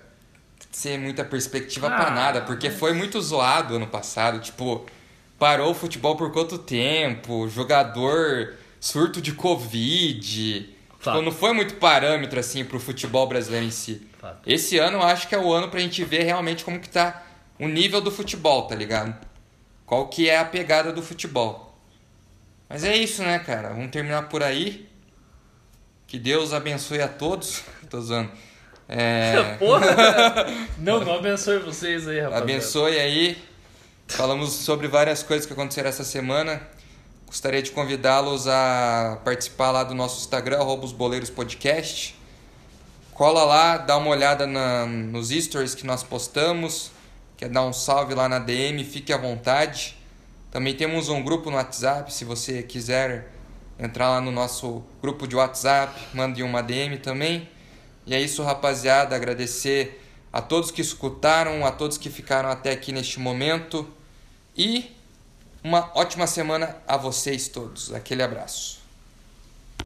ser muita perspectiva pra
Ah,
nada, porque foi muito zoado ano passado, tipo, parou o futebol por quanto tempo, jogador surto de covid.
Fato.
Tipo, não foi muito parâmetro assim pro futebol brasileiro em si.
Fato.
Esse ano eu acho que é o ano pra gente ver realmente como que tá o nível do futebol, tá ligado? Qual que é a pegada do futebol. Mas é isso, né, cara? Vamos terminar por aí. Que Deus abençoe a todos. Tô usando. É,
Porra! não, não abençoe vocês aí, rapaziada.
abençoe aí. Falamos sobre várias coisas que aconteceram essa semana. Gostaria de convidá-los a participar lá do nosso Instagram, arroba os Boleiros Podcast. Cola lá, dá uma olhada na- nos stories que nós postamos. Quer dar um salve lá na DM, fique à vontade. Também temos um grupo no WhatsApp, se você quiser entrar lá no nosso grupo de WhatsApp, mande uma DM também. E é isso, rapaziada. Agradecer a todos que escutaram, a todos que ficaram até aqui neste momento. E uma ótima semana a vocês todos. Aquele abraço.